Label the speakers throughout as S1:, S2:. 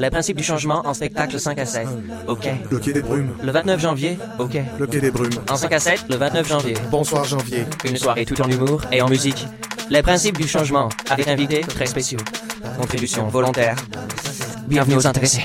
S1: Le principe du changement en spectacle 5 à 7. OK.
S2: Le quai des brumes,
S1: Le 29 janvier, OK.
S2: le quai des brumes.
S1: En 5 à 7, le 29 janvier.
S2: Bonsoir janvier.
S1: Une soirée tout en humour et en musique. Le principe du changement avec invités très spéciaux. Contribution volontaire. Bienvenue aux intéressés.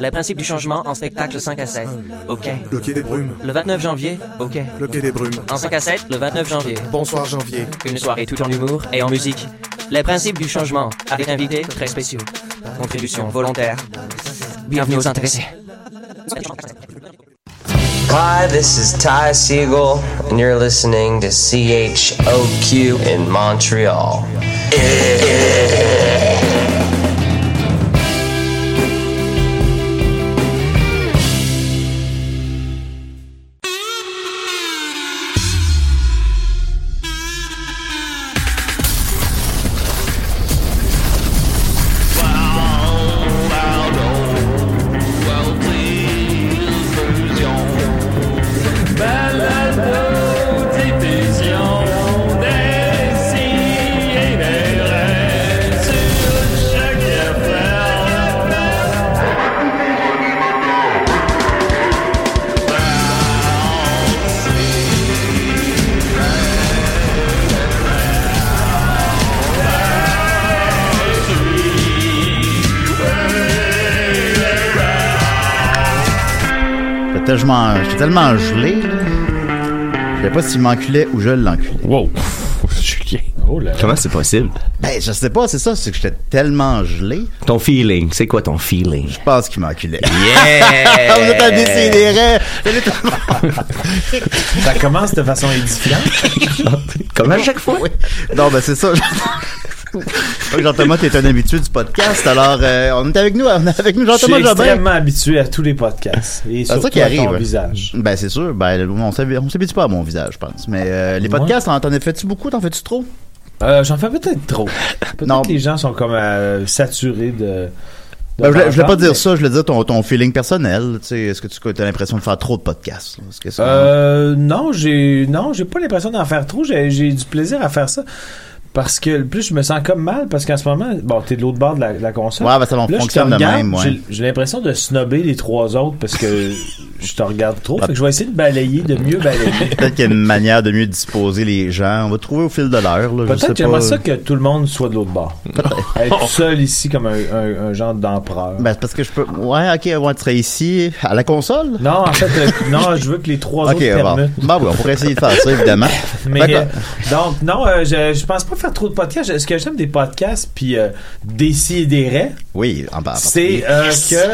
S1: Le principe du changement en spectacle 5 à 7. OK.
S2: Le quai des brumes,
S1: Le 29 janvier, OK.
S2: le quai des brumes.
S1: En 5 à 7, le 29 janvier.
S2: Bonsoir janvier.
S1: Une soirée tout en humour et en musique. Le principe du changement avec invités très spéciaux. Contribution volontaire. Bienvenue aux intéressés.
S3: Hi, this is Ty Siegel, and you're listening to CHOQ in Montreal.
S4: J'étais tellement, j'étais tellement gelé, là. Je sais pas s'il m'enculait ou je l'enculais.
S5: Wow! Julien! Oh là!
S6: Comment c'est possible?
S4: Ben, je sais pas, c'est ça, c'est que j'étais tellement gelé,
S6: Ton feeling, c'est quoi ton feeling?
S4: je pense qu'il m'enculait.
S6: Yeah!
S4: Ah, vous êtes à décider,
S7: Ça commence de façon édifiante.
S6: Comme à chaque fois.
S4: Oui. Non, ben, c'est ça. Jean-Thomas, t'es un habitué du podcast, alors euh, on est avec nous, on est avec nous,
S7: Je suis
S4: Jean-Thomas Jobin.
S7: extrêmement habitué à tous les podcasts. Et
S4: C'est
S7: surtout
S4: ça qui
S7: à
S4: arrive.
S7: ton visage.
S4: Ben, c'est sûr. Ben, on s'habi- on s'habitue pas à mon visage, je pense. Mais euh, les
S7: Moi?
S4: podcasts, t'en t'en as fait-tu beaucoup? T'en fais-tu trop?
S7: Euh, J'en fais peut-être trop.
S4: Non.
S7: Peut-être que les gens sont comme euh, saturés de... de
S4: Ben, je voulais- je voulais pas
S7: m'entendre,
S4: dire
S7: mais-
S4: ça, je voulais dire ton, ton feeling personnel. Tu sais, Est-ce que tu as l'impression de faire trop de podcasts? là? Est-ce que ça...
S7: Euh, non, j'ai non, j'ai pas l'impression d'en faire trop. J'ai j'ai du plaisir à faire ça. Parce que le plus je me sens comme mal parce qu'en ce moment, bon, t'es de l'autre bord de la, de la console.
S4: Ouais, ben, ça va-
S7: Là, je te
S4: fonctionne de
S7: regarde,
S4: même, ouais.
S7: j'ai- J'ai l'impression de snobber les trois autres parce que je te regarde trop. Fait que je vais essayer de balayer, de mieux balayer.
S4: Peut-être qu'il y a une manière de mieux disposer les gens. On va trouver au fil de l'heure. là, je sais
S7: Peut-être que j'aimerais
S4: pas.
S7: ça que tout le monde soit de l'autre bord. Être seul ici comme un, un- un genre d'empereur.
S4: Ben, c'est parce que je peux. Ouais, ok, ouais, tu serais ici à la console?
S7: Non, en fait, euh, non, je veux que les trois
S4: Ok,
S7: autres
S4: bon.
S7: permutent.
S4: Bon, oui, on pourrait essayer de faire ça, évidemment.
S7: Mais
S4: D'accord.
S7: euh, donc non, euh, je, je pense pas faire trop de podcasts. Ce que j'aime des podcasts puis euh, décider
S4: Ah, bah, Oui, en bas.
S7: c'est euh, que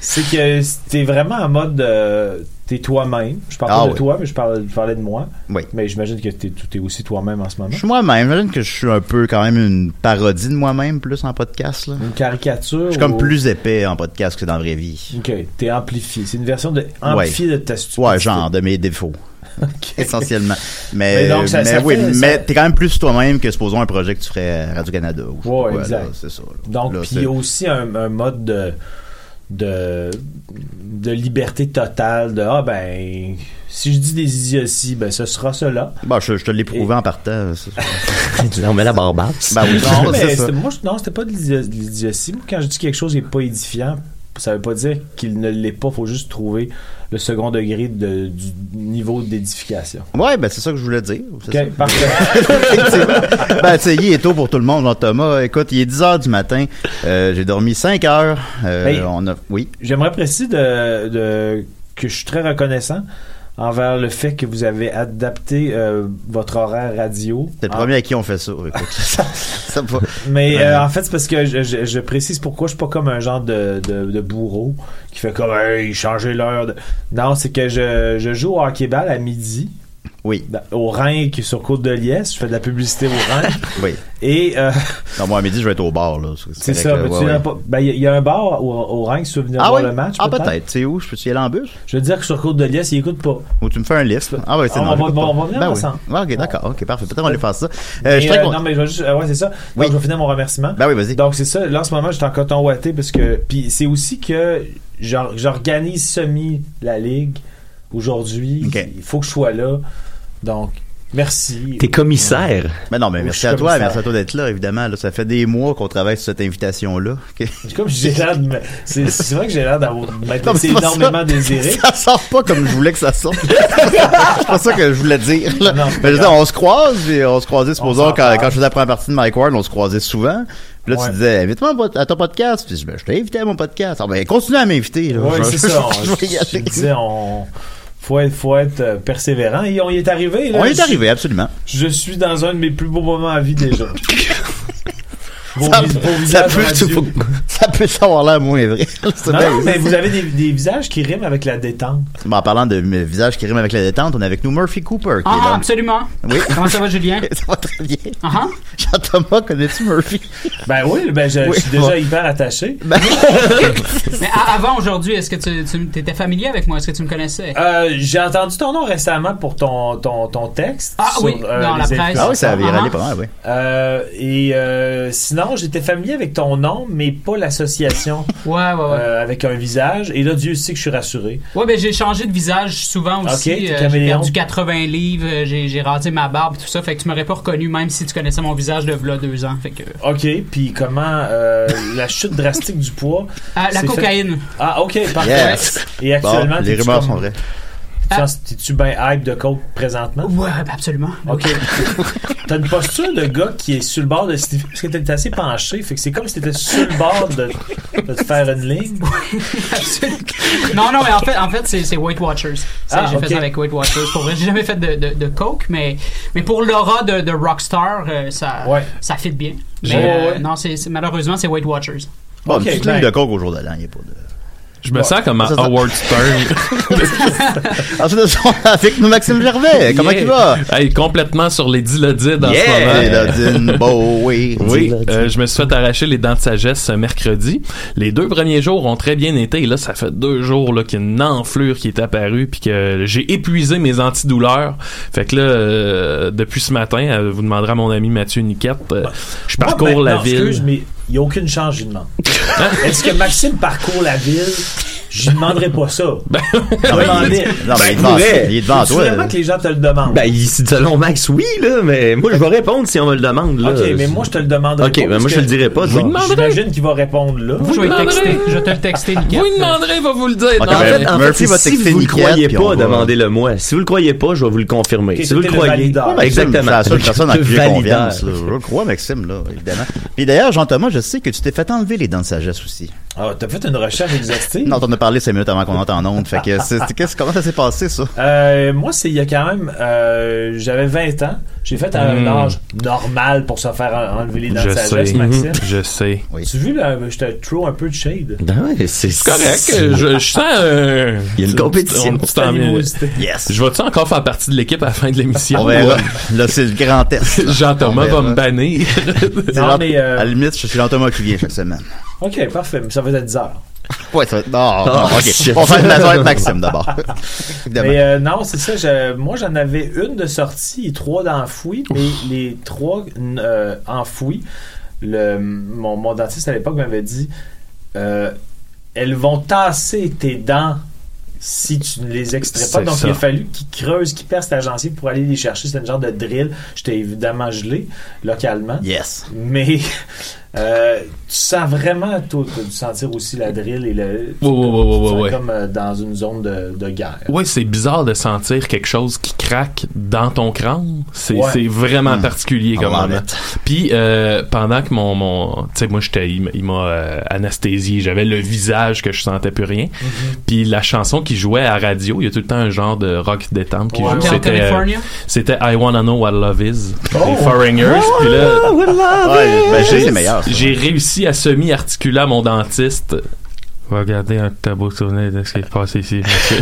S7: c'est que t'es vraiment en mode euh, t'es toi-même. Je parle
S4: Ah
S7: pas de
S4: oui.
S7: toi, mais je parle, je parlais de moi.
S4: Oui.
S7: Mais j'imagine que t'es es aussi toi-même en ce moment.
S4: Je suis moi-même. J'imagine que je suis un peu quand même une parodie de moi-même, plus en podcast, là.
S7: Une caricature.
S4: Je suis comme
S7: ou-
S4: plus épais en podcast que dans la vraie vie.
S7: Ok, t'es amplifié. C'est une version de amplifiée de ta
S4: Ouais,
S7: stupidité.
S4: genre, de mes défauts. essentiellement. Mais,
S7: Mais donc, ça-
S4: mais
S7: ça
S4: oui,
S7: fait- ça-
S4: mais t'es quand même plus toi-même que, supposons, un projet que tu ferais à Radio-Canada. ou je sais pas
S7: Ouais,
S4: quoi,
S7: exact.
S4: là, C'est ça. là.
S7: Donc,
S4: Là,
S7: puis
S4: c'est-
S7: il y a aussi un, un mode de, de, de liberté totale de Ah, ben, si je dis des idioties, ben, ce sera cela.
S4: Bon, Bah, je, je te l'ai prouvé en partant.
S6: tu leur mets la barre basse.
S4: Ben oui,
S7: Non, mais
S4: c'est ça.
S7: c'était- moi, je- non, c'était pas de l'idio- de l'idiotie. Moi, quand je dis quelque chose qui n'est pas édifiant, ça veut pas dire qu'il ne l'est pas. faut juste trouver le second degré de- du niveau d'édification.
S4: Ouais, ben c'est ça que je voulais dire. c'est ça.
S7: Ok, parfait.
S4: ben, tu sais, il est tôt pour tout le monde, hein, Thomas. Écoute, il est 10 heures du matin. Euh, J'ai dormi 5 heures. Euh,
S7: Hey.
S4: on a... Oui.
S7: J'aimerais préciser de, de- que je suis très reconnaissant envers le fait que vous avez adapté euh, votre horaire radio.
S4: T'es le
S7: En-
S4: premier à qui on fait ça. Écoute, ça, ça va.
S7: Mais
S4: Ouais.
S7: euh, en fait, c'est parce que je, je- je précise pourquoi je suis pas comme un genre de, de- de bourreau qui fait comme hey, changez l'heure. de- Non, c'est que je, je joue au hockey-ball à midi. ben,
S4: Oui.
S7: Au Rhin qui est sur Côte de Liesse. Je fais de la publicité au Rhin.
S4: Oui.
S7: Et. euh,
S4: Non, moi, à midi, je vais être au bar, là.
S7: c'est
S4: correct,
S7: ça.
S4: là,
S7: mais tu
S4: ouais, ouais.
S7: viens pas- ben, Il y, a- il y a un bar au, au Rhin qui se venir
S4: Ah
S7: voir
S4: oui?
S7: le match.
S4: Ah, peut-être. Tu sais où? Je peux y aller en bus?
S7: Je veux dire que sur Côte de Liesse, il écoute pas.
S4: Ou tu me fais un liste. Ah, ouais, c'est
S7: On
S4: non,
S7: va-
S4: j'écoute
S7: on va-
S4: pas.
S7: on va venir
S4: Ben oui.
S7: ensemble. Ah.
S4: Ouais, ok, d'accord. Ok, parfait. Peut-être on va aller faire ça. Euh, je
S7: Mais,
S4: suis très
S7: euh,
S4: content.
S7: non, mais je vais juste. euh, ouais, c'est ça. Donc, je vais finir mon remerciement.
S4: Ben oui, vas-y.
S7: Donc, c'est ça. Là, en ce moment, je suis en coton ouaté parce que. Puis, c'est aussi que j'or- j'organise semi la ligue aujourd'hui. Il faut que je sois là. Donc, merci.
S6: T'es commissaire.
S4: Mais Ben non, mais
S7: Ou je
S4: merci
S7: suis
S4: à toi.
S7: commissaire.
S4: Merci à toi d'être là, évidemment. Là, ça fait des mois qu'on travaille sur cette invitation-là. Ok.
S7: Comme j'ai l'air de me- C'est c'est vrai que j'ai l'air d'avoir. de
S4: Non,
S7: m'être
S4: mais
S7: laissé
S4: pas ça.
S7: énormément désiré.
S4: Ça sort pas comme je voulais que ça sorte. c'est pas ça que je voulais dire. là. Mais je veux dire, on se croise, et on se croisait, supposons,
S7: s'en
S4: quand,
S7: parle.
S4: quand je faisais la première partie de Mike Ward, on se croisait souvent. Puis là,
S7: Ouais.
S4: tu disais, invite-moi à mon- à ton podcast. Puis je, ben, je t'ai invité à mon podcast. Ah, ben, continue à m'inviter. là.
S7: Oui,
S4: Je-
S7: c'est
S4: je-
S7: ça.
S4: je-
S7: On- Je disais, on. Faut être, faut être euh, persévérant. Et on y est arrivé. là.
S4: on est
S7: Je-
S4: arrivé, absolument.
S7: Je suis dans un de mes plus beaux moments à vie déjà. Beau
S4: Ça-
S7: vis- beau
S4: ça,
S7: visage
S4: peut,
S7: radieux.
S4: ça peut avoir l'air moins vrai. C'est
S7: Non,
S4: bien.
S7: non, mais vous avez des, des visages qui riment avec la détente.
S4: Bon, en parlant de euh, visage qui rime avec la détente, on est avec nous Murphy Cooper. Qui est
S8: Ah,
S4: dans-
S8: absolument.
S4: Oui.
S8: Comment ça va, Julien?
S4: Ça va très bien.
S8: Ah, ah.
S4: Jean-Thomas, connais-tu Murphy?
S7: Ben oui, ben je, je
S4: Oui.
S7: suis déjà hyper attaché.
S4: Bah,
S8: Mais a- avant aujourd'hui, est-ce que tu, tu étais familier avec moi? Est-ce que tu me connaissais?
S7: Euh, J'ai entendu ton nom récemment pour ton, ton, ton texte.
S8: Ah
S7: sur,
S8: oui,
S7: euh,
S8: dans la
S7: les
S8: presse.
S7: influenceurs.
S8: Ah oui, ça a viralé Ah. pas mal,
S4: oui.
S7: Euh, et euh, sinon, j'étais familier avec ton nom, mais pas l'association euh, avec un visage. Et là, Dieu sait que je suis rassuré.
S8: Ouais, ben j'ai changé de visage souvent aussi.
S7: Ok, t'es
S8: Euh, j'ai
S7: caméléon.
S8: perdu 80 livres, euh, j'ai, j'ai rasé ma barbe et tout ça. Fait que tu m'aurais pas reconnu même si tu connaissais mon visage de v'là deux ans. Fait que... euh,
S7: OK, puis comment euh, la chute drastique du poids.
S8: Ah,
S7: c'est
S8: la
S7: fait-
S8: cocaïne.
S7: Ah, OK, parfait.
S8: Yes.
S7: Et actuellement,
S4: Bon, les
S7: t'es-tu
S4: rumeurs
S7: comme-
S4: sont vraies.
S7: t'es-tu en- T'es-tu bien hype de coke présentement?
S8: Ouais, ben absolument.
S7: OK. T'as une posture de gars qui est sur le bord de Stevie parce que t'es assez penché. Fait que c'est comme si t'étais sur le bord de, de te faire une ligne.
S8: Non, non, mais en fait, en fait c'est, c'est Weight Watchers. Ça,
S7: Ah,
S8: j'ai
S7: ok.
S8: fait ça avec Weight Watchers. Pour vrai, j'ai jamais fait de, de, de coke, mais, mais pour l'aura de, de rockstar, euh, ça, ça fit bien. Mais
S4: J'ai-
S8: euh, non, c'est, c'est- malheureusement, c'est Weight Watchers.
S4: Bon, une
S7: ben-
S4: petite ligne de coke au jour de l'an, il n'y a pas de.
S9: Je me sens comme un
S4: Ça, ça-
S9: Howard Stern.
S4: Ensuite de ça, on a avec nous Maxime Gervais. Comment
S9: Yeah.
S4: il va?
S9: Hey, complètement sur les dilodides en
S4: Yeah.
S9: ce moment.
S4: Dilodine, Bowie.
S9: Oui,
S4: Dilodine.
S9: euh, je me suis fait arracher les dents de sagesse ce mercredi. Les deux premiers jours ont très bien été. Et là, ça fait deux jours là, qu'il y a une enflure qui est apparue puis que j'ai épuisé mes antidouleurs. Fait que là, euh, depuis ce matin, euh, vous demanderez à mon ami Mathieu Niquette, euh, je parcours
S7: Moi,
S9: la
S7: maintenant, Excuse,
S9: ville.
S7: mais il n'y a aucune chance, je lui demande. Est-ce que Maxime parcourt la ville? Je lui demanderai pas ça.
S4: Non, mais il-
S9: Ben,
S4: non, mais il est devant- Ben, il est devant toi.
S7: C'est vraiment que les gens te le demandent.
S6: Ben, il- selon Max, oui, là, mais moi, je vais répondre si on me le demande, là.
S7: OK, mais moi, je te le demanderai
S6: OK,
S7: pas.
S4: ben,
S6: mais
S7: parce
S6: moi, je
S7: que
S6: le dirai pas, genre.
S7: J'imagine qu'il va répondre là.
S8: Moi, je vais le texter. Je vais te le texter, Niquette.
S9: Vous demanderez, il va vous le dire.
S6: En
S9: Non, mais-
S4: ben,
S6: fait, en fait,
S9: Murphy
S6: c'est
S9: va
S6: si
S9: texter
S6: vous ne
S9: Niquette,
S6: croyez
S9: puis
S6: pas,
S9: on va-
S6: demandez-le moi. Si vous le croyez pas, je vais vous le confirmer.
S4: Ok,
S6: si vous le
S4: t'étais le
S6: croyez,
S4: valideur. Ouais, Maxime,
S6: exactement.
S4: C'est la seule
S6: Le
S4: personne à qui j'ai
S6: valideur.
S4: confiance. là. Je le crois, Maxime, là, évidemment. Puis d'ailleurs, Jean-Thomas, je sais que tu t'es fait enlever les dents de sagesse aussi.
S7: Ah, t'as fait une recherche exhaustive?
S4: Non, t'en as parlé cinq minutes avant qu'on entre en onde. Fait que, c'est- c'est- qu'est-ce- comment ça s'est passé, ça?
S7: Euh, moi, c'est il y a quand même. euh, J'avais 20 ans. J'ai fait un
S9: Hmm.
S7: âge normal pour se faire en- enlever les dents
S9: Je
S7: de sagesse,
S9: sais, Mhm.
S7: Maxime.
S9: je sais.
S7: Tu as vu, là, je te throw un peu de shade.
S6: Ben
S9: C'est correct. euh, Je, je sens. euh,
S6: Il y a une
S9: tu-
S6: compétition.
S9: tu- tu t'en-
S7: Animosité.
S4: Yes.
S9: Je vais-tu encore faire partie de l'équipe à la fin de l'émission?
S4: On verra.
S9: ou-
S4: Là, c'est le grand test. là.
S9: Jean-Thomas
S4: On verra.
S9: va me bannir.
S7: euh,
S4: C'est Jean- À la limite, je suis Jean-Thomas qui vient chaque semaine.
S7: Ok, parfait. Mais ça faisait 10 heures.
S4: Ouais, ça va être. Non,
S7: Ah,
S4: non, ok.
S7: shit.
S4: On va faire une affaire avec Maxime d'abord. Évidemment.
S7: Mais euh, non, c'est ça. je- moi, j'en avais une de sortie et trois d'enfouie, mais les trois euh, enfouies, le, mon, mon dentiste à l'époque m'avait dit euh, elles vont tasser tes dents si tu ne les extrais pas.
S6: C'est
S7: Donc,
S6: ça.
S7: il a fallu qu'il creuse, qu'il perce ta gencive pour aller les chercher. C'était une genre de drill. J'étais évidemment gelé localement.
S4: Yes.
S7: Mais euh, tu sens vraiment, toi, tu as dû sentir aussi la drill et le.
S9: Ouais, ouais, ouais, ouais, ouais,
S7: tu te sens
S9: ouais.
S7: comme euh, dans une zone de, de guerre.
S9: Oui, c'est bizarre de sentir quelque chose qui craque dans ton crâne. C'est
S7: Ouais.
S9: c'est vraiment
S7: Hmm.
S9: particulier
S7: I
S9: comme
S7: love
S9: moment. Puis euh, pendant que mon mon tu sais moi j'étais il, m'a- il m'a euh, anesthésié, j'avais le visage que je sentais plus rien.
S7: Mm-hmm.
S9: Puis la chanson qui jouait à radio, il y a tout le temps un genre de rock détente qui
S8: Ouais.
S9: joue,
S8: Hotel
S9: c'était euh,
S8: California?
S9: c'était I Wanna Know What Love Is des Foreigners. Puis là
S4: Ouais, ben,
S9: j'ai-
S4: c'est meilleur. ça.
S9: J'ai réussi à semi-articuler à mon dentiste. Va garder un tableau souvenir de ce qui est passé ici, monsieur.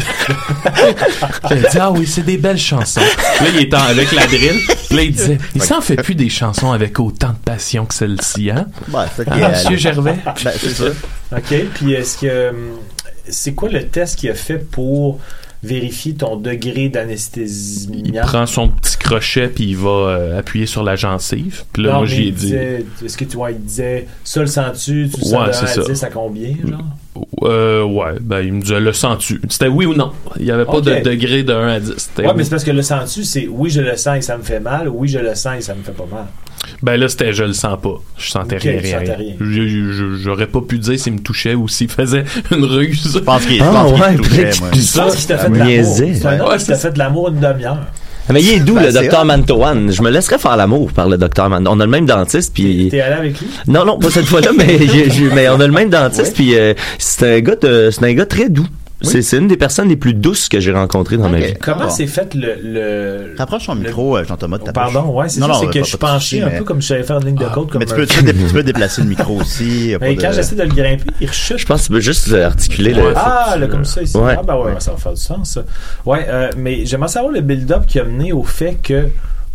S9: J'ai dit, ah oui, c'est des belles chansons. Là, il était en- avec la drill. Puis Là, il disait, il s'en fait plus des chansons avec autant de passion que celle-ci, hein?
S4: Ouais, c'est
S9: Ah, monsieur Gervais.
S4: Ben, c'est ça.
S7: OK. Puis est-ce que. hum, C'est quoi le test qu'il a fait pour vérifier ton degré d'anesthésie?
S9: Il prend son petit crochet, puis il va euh, appuyer sur la gencive. Puis là,
S7: Non,
S9: moi,
S7: mais
S9: j'y ai
S7: il
S9: dit.
S7: disait- Est-ce que tu vois, il disait ça le sens-tu? Tu le
S9: Ouais,
S7: sens de
S9: c'est
S7: un à
S9: ça.
S7: 10 à combien? Genre?
S9: Euh, ouais, ben, il me disait, le sens-tu? C'était oui ou non. Il n'y avait pas
S7: Ok.
S9: de degré de 1 à 10. C'était
S7: Ouais,
S9: oui.
S7: mais c'est parce que le sens-tu, c'est oui, je le sens et ça me fait mal, oui, je le sens et ça me fait pas mal.
S9: Ben là, c'était je le sens pas. Je sentais
S7: Ok,
S9: rien,
S7: tu
S9: rien,
S7: sentais
S9: rien.
S7: rien.
S9: Je- je- je- J'aurais pas pu dire s'il me touchait ou s'il faisait une ruse. Je
S4: pense
S7: qu'il-
S4: je pense qu'il
S6: ouais, touchait, moi.
S7: Puis ça, qui t'a fait de l'amour. C'est un homme qui t'a fait de l'amour une demi-heure.
S6: Mais il est doux,
S7: Ben,
S6: le
S7: c'est
S6: Euh, docteur
S7: hot.
S6: Mantoan. Je me laisserais faire l'amour par le docteur Mantoan. On a le même dentiste, puis...
S7: T'es allé avec lui?
S6: Non, non, pas cette fois-là, mais, j'ai- j'ai- mais on a le même dentiste, puis euh, c'est un gars, de- c'est un gars très doux. C'est c'est une des personnes les plus douces que j'ai rencontrées dans ma vie.
S7: Comment c'est fait le. le...
S4: Rapproche ton micro, euh, Jean-Thomas, de ta
S7: Pardon,
S4: bouche.
S7: ouais, c'est
S4: Non,
S7: ça,
S4: non,
S7: c'est
S4: pas-
S7: que
S4: pas
S7: je suis
S4: de
S7: penché
S4: souci,
S7: un
S4: mais- Ah.
S7: peu comme si j'avais fait une ligne de côte. Comme
S4: Mais tu
S7: un-
S4: peux, tu peux dé- tu peux déplacer le micro aussi. y a pas
S7: Mais Ben, quand
S4: de-
S7: j'essaie de le grimper, il rechute.
S6: Je pense que tu peux juste euh, articuler le...
S7: Ah, le comme ça ici.
S6: Ouais.
S7: Ah, ben ouais, ça va faire du sens. ça. Ouais, euh, mais j'aimerais savoir le build-up qui a mené au fait que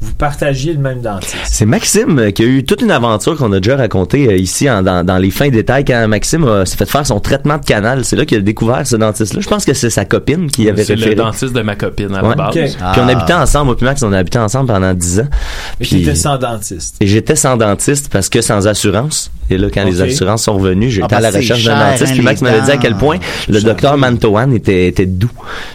S7: vous partagiez le même dentiste.
S6: C'est Maxime euh, qui a eu toute une aventure qu'on a déjà racontée euh, ici en- dans, dans les fins détails quand Maxime euh, s'est fait faire son traitement de canal. C'est là qu'il a découvert ce dentiste-là. Je pense que c'est sa copine qui avait
S9: C'est le
S6: référé.
S9: dentiste de ma copine à la
S6: Ouais.
S9: base.
S7: Ah.
S6: Puis on habitait ensemble, moi puis Max, on a habité ensemble pendant 10 ans.
S7: Mais
S6: Puis-
S7: t'étais sans dentiste.
S6: Et j'étais sans dentiste parce que sans assurance. Et là, quand les
S7: Ok.
S6: assurances sont venues,
S7: Ah,
S6: j'étais à
S7: parce
S6: la
S7: que c'est
S6: recherche d'un
S7: cher,
S6: dentiste.
S7: hein,
S6: puis Max
S7: les
S6: m'avait dit à
S7: dents.
S6: quel point le docteur Mantoan était, était doux.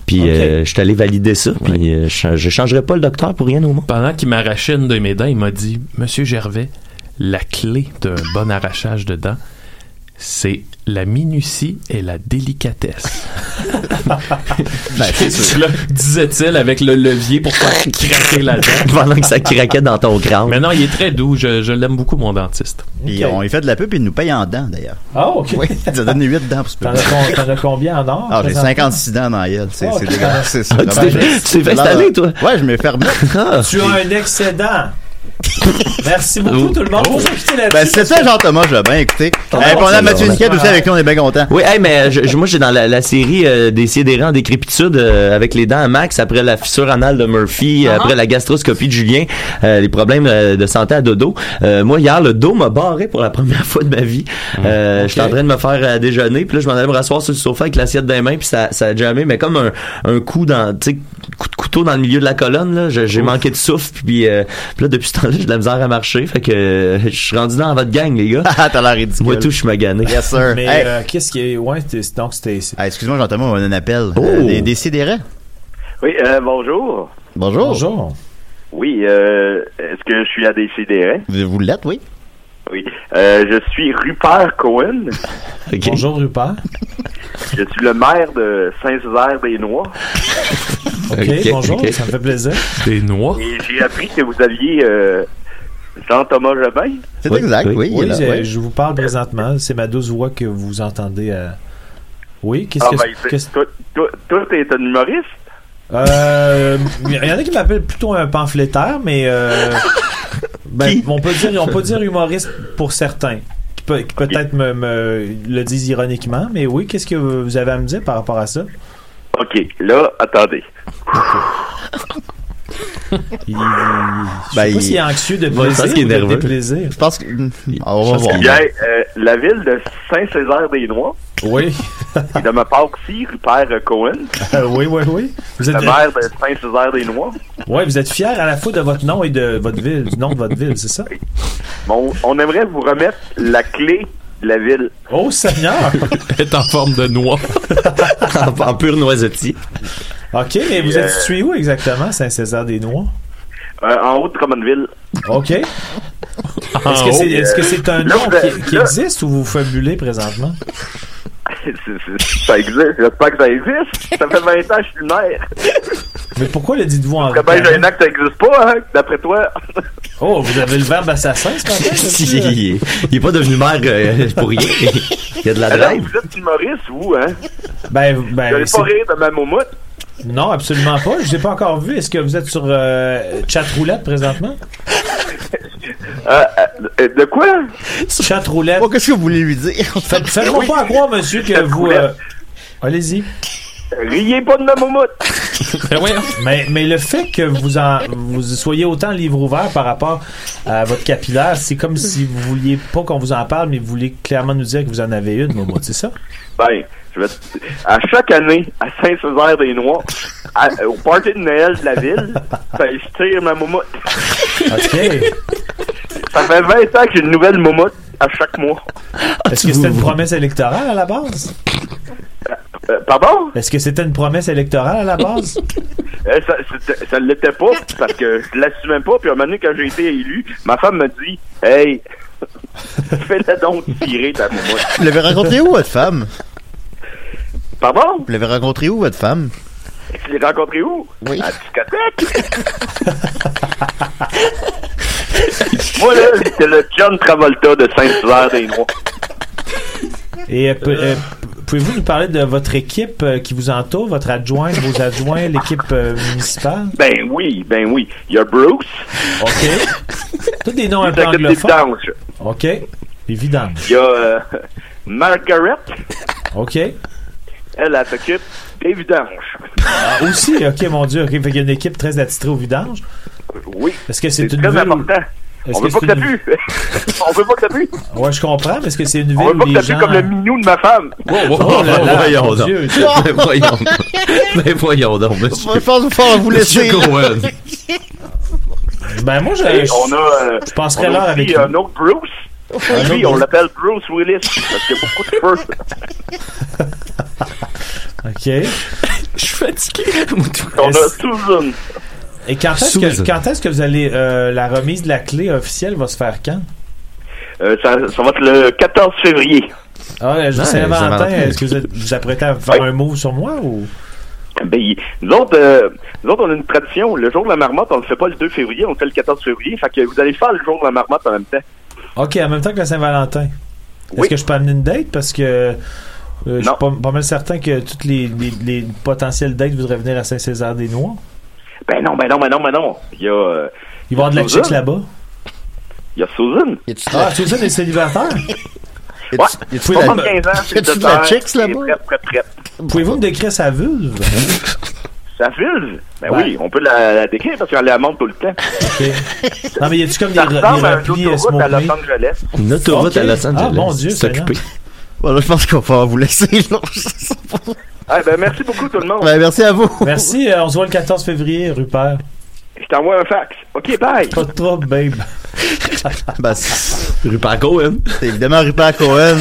S6: Puis euh, je suis allé valider ça. Puis euh, je, je changerais pas le docteur pour rien au monde.
S9: Pendant qu'il m'arrachait une de mes dents, il m'a dit Monsieur Gervais, la clé d'un bon arrachage de dents, c'est la minutie et la délicatesse.
S4: Ben,
S9: Là, disait-il avec le levier pour faire craquer la dent.
S6: Pendant que ça craquait dans ton crâne.
S9: Mais non, il est très doux. Je, je l'aime beaucoup, mon dentiste.
S4: Puis on lui fait de la pub et il nous paye en dents, d'ailleurs.
S7: Ah, ok.
S4: Oui, il nous a donné 8 dents pour ce
S7: T'en as,
S4: pub.
S7: con- t'en as combien en or?
S4: Ah, j'ai
S7: présentement?
S4: 56 dents dans la gueule. C'est
S7: Ah,
S4: c'est
S7: ok.
S4: dégueulasse. c'est ça.
S7: Ah, tu t'es-
S4: Ouais.
S7: tu t'es fait
S4: Alors,
S7: installer, toi?
S4: Ouais, je me fais
S6: Ah.
S4: remettre.
S7: Tu as un excédent. Merci beaucoup, tout le monde. Faut s'inquiéter là-dessus.
S4: Ben, c'est ça, Jean-Thomas Jobin, écoutez.
S6: Ah,
S4: Eh, puis on
S6: ça,
S4: a Mathieu
S6: on a-
S4: Niquette aussi avec nous, on est bien contents.
S6: Oui, hey, mais je- je- moi, j'ai dans la, la série euh, des sidérants, des crépitudes euh, avec les dents à Max, après la fissure anale de Murphy, euh, après la gastroscopie de Julien, euh, les problèmes euh, de santé à dodo. Euh, moi, hier, le dos m'a barré pour la première fois de ma vie. Euh, J'étais en train de me faire euh, déjeuner, puis là, je m'en allais me rasseoir sur le sofa avec l'assiette dans les mains, puis ça, ça a jamais, mais comme un, un coup dans, tu sais, coup de couteau dans le milieu de la colonne, là, Je- j'ai manqué de souffle, puis, euh, puis là, depuis ce temps-là, j'ai de la misère à marcher, fait que euh, je suis rendu dans votre gang, les gars.
S4: Ah, t'as l'air ridicule.
S6: Moi, tout, je suis magané.
S4: Yes, sir.
S6: Mais,
S7: euh, qu'est-ce qui est. Ouais, t'es- donc c'était.
S4: Ah, excuse-moi, Jean-Thomas, on a un appel.
S6: Oh.
S4: Euh, des, des sidérés.
S10: Oui, euh, bonjour.
S4: Bonjour.
S7: Bonjour.
S10: Oui, euh, est-ce que je suis à décider?
S4: Vous, vous l'êtes, oui?
S10: Oui. Euh, je suis Rupert Cohen.
S7: Bonjour, Rupert.
S10: Je suis le maire de Saint-Césaire-des-Noix.
S7: OK,
S10: Ok,
S7: bonjour,
S10: ok.
S7: ça me fait plaisir.
S9: Des noix.
S10: Et j'ai appris que vous aviez euh, Jean-Thomas Jobin.
S7: Oui, je, je vous parle présentement. C'est ma douce voix que vous entendez. euh. Oui, qu'est-ce
S10: Ah,
S7: que.
S10: ben, c'est-
S7: qu'est-ce-
S10: toi- toi- Toi, t'es un humoriste?
S7: Euh, Il y en a qui m'appellent plutôt un pamphlétaire, mais euh, ben, on peut dire on peut dire humoriste pour certains. Qui peut- qui peut-être me, me le disent ironiquement, mais oui, qu'est-ce que vous avez à me dire par rapport à ça?
S10: OK, là, attendez.
S7: Il- Je sais pas s'il est anxieux de plaisir ou de déplaisir.
S11: Je pense que. On va voir.
S4: Bien, euh, la ville de Saint-Césaire-des-Noirs,
S7: Oui.
S4: et de ma part aussi, Rupert Cohen,
S7: Euh, oui, oui, oui. Vous êtes,
S4: le maire de Saint-Césaire-des-Noirs.
S7: ouais, vous êtes fier à la fois de votre nom et de votre ville, du nom de votre ville, c'est ça?
S4: Bon, on aimerait vous remettre la clé de la ville.
S7: Oh, Seigneur!
S12: est en forme de noix.
S6: en, en pur noisettier.
S7: OK, mais vous
S4: Euh,
S7: êtes situé où exactement, Saint-Césaire-des-Noies?
S4: Euh, en haut de Drummondville.
S7: OK. Est-ce que c'est est-ce que c'est un
S4: Là,
S7: nom
S4: vous-
S7: qui, qui
S4: là-
S7: existe ou vous fabulez présentement?
S4: C'est- c'est- ça existe, j'espère que ça existe. Ça fait 20 ans que je suis lunaire.
S7: Mais pourquoi le dites-vous en
S4: Très bien gênant que ben, ça existe pas, hein, d'après toi.
S7: Oh, vous avez le verbe assassin ce matin?
S6: il, est- il est pas devenu maire euh, pour rien. Il y a de la
S4: Alors,
S6: drive. Euh,
S4: vous êtes humoriste, vous, hein?
S7: Ben,
S4: Vous
S7: ben,
S4: allez
S7: c'est-
S4: pas rire de ma moumoute.
S7: non, absolument pas. Je l'ai pas encore vu. Est-ce que vous êtes sur euh, chat roulette présentement?
S4: Euh, euh, de quoi?
S7: Chat roulette.
S11: Oh, Qu'est-ce que vous voulez lui dire? Faites-
S7: Faites-moi pas à croire, monsieur, que vous. euh, Allez-y.
S4: Riez pas de ma moumoute.
S7: mais, mais le fait que vous en vous soyez autant livre ouvert par rapport à votre capillaire, c'est comme si vous vouliez pas qu'on vous en parle, mais vous voulez clairement nous dire que vous en avez une, Momo, c'est ça?
S4: Ben, je vais te- à chaque année, à Saint-Césaire-des-Noirs, à- au party de Noël de la ville, ben, je tire ma moumoute.
S7: OK.
S4: Ça fait 20 ans que j'ai une nouvelle moumoute à chaque mois.
S7: Est-ce que c'était une promesse électorale à la base?
S4: Euh, pardon?
S7: Est-ce que c'était une promesse électorale à la base?
S4: Euh, ça, c'était- ça l'était pas, parce que je l'assumais pas, puis à un moment donné, quand j'ai été élu, ma femme me dit « Hey, fais-la donc tirer ta moumoute.
S11: Vous l'avez rencontré où, votre femme? »
S4: Pardon?
S11: Vous l'avez rencontré où, votre femme?
S4: Tu l'as rencontré où?
S11: Oui.
S4: À la discothèque! Moi, là, c'est le John Travolta de Saint-Hilaire-des-Noirs.
S7: Et euh, pe- euh, pouvez-vous nous parler de votre équipe euh, qui vous entoure, votre adjoint, vos adjoints, l'équipe euh, municipale?
S4: Ben oui, ben oui. Il y a Bruce.
S7: OK. Tous des noms un peu
S4: Il y a
S7: anglophones. OK. Évident.
S4: Il y a euh, Margaret.
S7: OK.
S4: Elle, elle s'occupe des vidanges.
S7: Ah, aussi, OK, mon Dieu. OK, fait qu'il y a une équipe très attitrée au vidange.
S4: Euh, Oui.
S7: Est-ce que c'est une
S4: très
S7: ville où-
S4: important.
S7: Est-ce
S4: On veut
S7: que
S4: pas
S7: c'est
S4: que ça
S7: une-
S4: pue. On veut pas que ça pue.
S7: Ouais, je comprends, mais est-ce que c'est une ville
S4: On veut
S7: où
S4: pas que
S7: les
S4: ça pue
S7: gens...
S4: comme le mignon de ma femme.
S7: wow, wow, là, là, Oh, voyons mon donc. Dieu.
S6: Ben voyons donc. Ben voyons donc, monsieur.
S11: Je pense pouvoir vous
S6: Monsieur
S11: laisser.
S6: Cohen.
S7: Ben moi, je,
S4: Et on a, euh,
S7: je passerais
S4: on a
S7: l'heure
S4: aussi
S7: avec lui.
S4: un autre Bruce.
S7: Un
S4: Lui,
S7: autre
S4: on
S7: Bruce.
S4: l'appelle Bruce Willis parce qu'il y a beaucoup de cheveux.
S7: OK.
S12: Je suis fatigué.
S4: On a Susan.
S7: Et quand est-ce
S4: Susan.
S7: que, quand est-ce que vous allez... euh, la remise de la clé officielle va se faire quand?
S4: Euh, ça, ça va être le 14 février.
S7: Ah, je
S4: Ouais,
S7: Saint-Valentin,
S4: Saint-Valentin.
S7: est-ce que vous êtes, vous apprêtez à faire un mot sur moi ou...
S4: Ben, il- nous, autres, euh, nous autres, on a une tradition. Le jour de la marmotte, on le fait pas le 2 février, on le fait le 14 février. Fait que vous allez faire le jour de la marmotte en même temps.
S7: Ok, en même temps que la Saint-Valentin. Est-ce que je peux amener une date? Parce que euh, je suis pas, pas mal certain que toutes les, les, les potentielles dates voudraient venir à Saint-Césaire-des-Noirs.
S4: Ben non, ben non, ben non, ben non. Il y a. euh,
S7: Ils vont avoir de la
S4: Susan.
S7: chic là-bas.
S4: Il y a Susan.
S7: Ah, tu sais, des célibataires?
S4: Ouais. Il y a
S7: Pouvez-
S4: 75 ans, c'est de terre, et prête, prête, prête.
S7: Pouvez-vous me décrire sa vulve?
S4: Ça file? Ben
S7: Ouais.
S4: oui, on peut la, la décrire parce qu'on la monte tout le temps.
S7: non, mais y a-tu comme des,
S4: Ça
S7: re- des
S4: ressemble à une
S7: replis euh, à
S4: autoroute à Los
S7: smoking?
S4: Angeles.
S6: Une autoroute
S7: Ok.
S6: à Los Angeles.
S7: Ah, mon Dieu,
S6: C'est occupé.
S11: Voilà, je pense qu'on va pouvoir vous laisser. là.
S4: Ah, ben merci beaucoup tout le monde.
S11: Ben, merci à vous.
S7: Merci, euh, on se voit le 14 février, Rupert.
S4: Je t'envoie un fax. OK, bye.
S7: Pas de trouble, babe.
S11: Ben, c'est
S6: Rupert Cohen.
S11: c'est évidemment Rupert Cohen.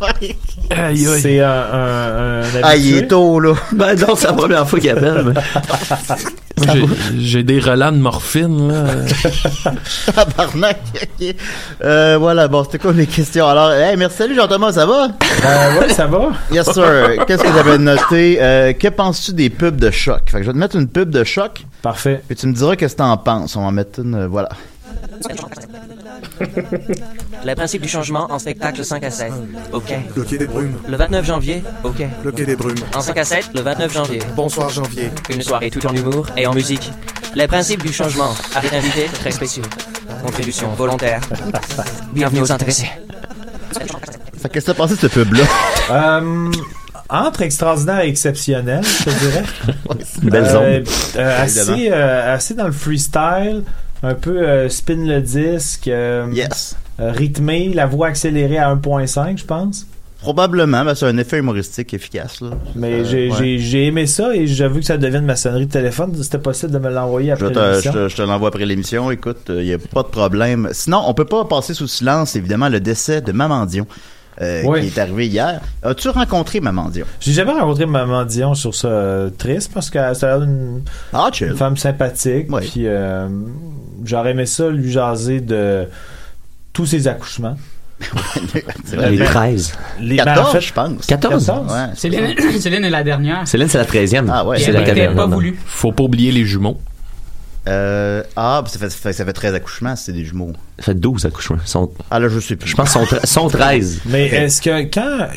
S12: Aïe, aïe.
S7: C'est un, un, un
S11: Ah, il
S7: habitué.
S11: est tôt, là.
S6: Ben non, c'est la première fois qu'il appelle.
S12: Moi, j'ai- J'ai des relents de morphine, là.
S11: Tabarnak. ok. Euh, voilà, bon, c'était quoi mes questions? Alors, hey, merci, salut Jean-Thomas, ça va?
S7: Ben ouais, ça va?
S11: Yes, sir. Qu'est-ce que j'avais noté? Euh, que penses-tu des pubs de choc? Fait que je vais te mettre une pub de choc.
S7: Parfait.
S11: Puis tu me diras qu'est-ce que t'en penses. On va en mettre une, euh, voilà.
S1: Le principe du changement en spectacle 5 à 7. OK.
S2: Le quai des brumes.
S1: Le 29 janvier, OK.
S2: Le quai des brumes.
S1: En 5 à 7, le 29 janvier.
S2: Bonsoir janvier.
S1: Une soirée tout en humour et en musique. Le principe du changement avec invités très spéciaux. Contribution volontaire. Bienvenue aux intéressés.
S11: Fait que qu'est-ce que t'as pensé de ce pub-là?
S7: Euh, entre extraordinaire et exceptionnel, je te dirais.
S6: Belle
S7: Euh,
S6: zone.
S7: euh, assez, euh, assez dans le freestyle, un peu euh, spin le disque, euh, euh, rythmé, la voix accélérée à 1.5, je pense.
S4: Probablement, ben, c'est un effet humoristique efficace. Là.
S7: Mais
S4: Euh,
S7: j'ai
S4: ouais.
S7: j'ai- j'ai aimé ça et j'avoue que ça devienne ma sonnerie de téléphone. C'était possible de me l'envoyer
S4: Je
S7: après
S4: te, je
S7: l'émission.
S4: te- je te l'envoie après l'émission. Écoute, il n'y a pas de problème. Sinon, on peut pas passer sous silence, évidemment, le décès de Maman Dion euh,
S7: Oui.
S4: qui est arrivé hier. As-tu rencontré Maman Dion?
S7: J'ai jamais rencontré Maman Dion sur ce euh, triste parce que ça a l'air d'une
S4: une
S7: femme sympathique. Puis euh, j'aurais aimé ça lui jaser de tous ses accouchements.
S6: vrai. Les
S7: Mais-
S6: 13.
S7: Les
S6: 14,
S7: mais en fait,
S6: je pense. 14? Ouais.
S8: Céline, Céline est la dernière.
S6: Céline, c'est la 13e. Ah
S4: ouais.
S6: C'est
S4: Elle
S6: la
S4: était
S6: caverne.
S4: pas
S6: non?
S4: voulue.
S9: Faut pas oublier les jumeaux.
S4: Euh, ah, ben, ça fait, ça fait- ça fait 13 accouchements, c'est des jumeaux.
S6: Ça fait 12 accouchements. Sont...
S4: Ah là, je sais plus.
S6: Je pense qu'ils sont, tre- sont 13.
S7: Mais est-ce que quand,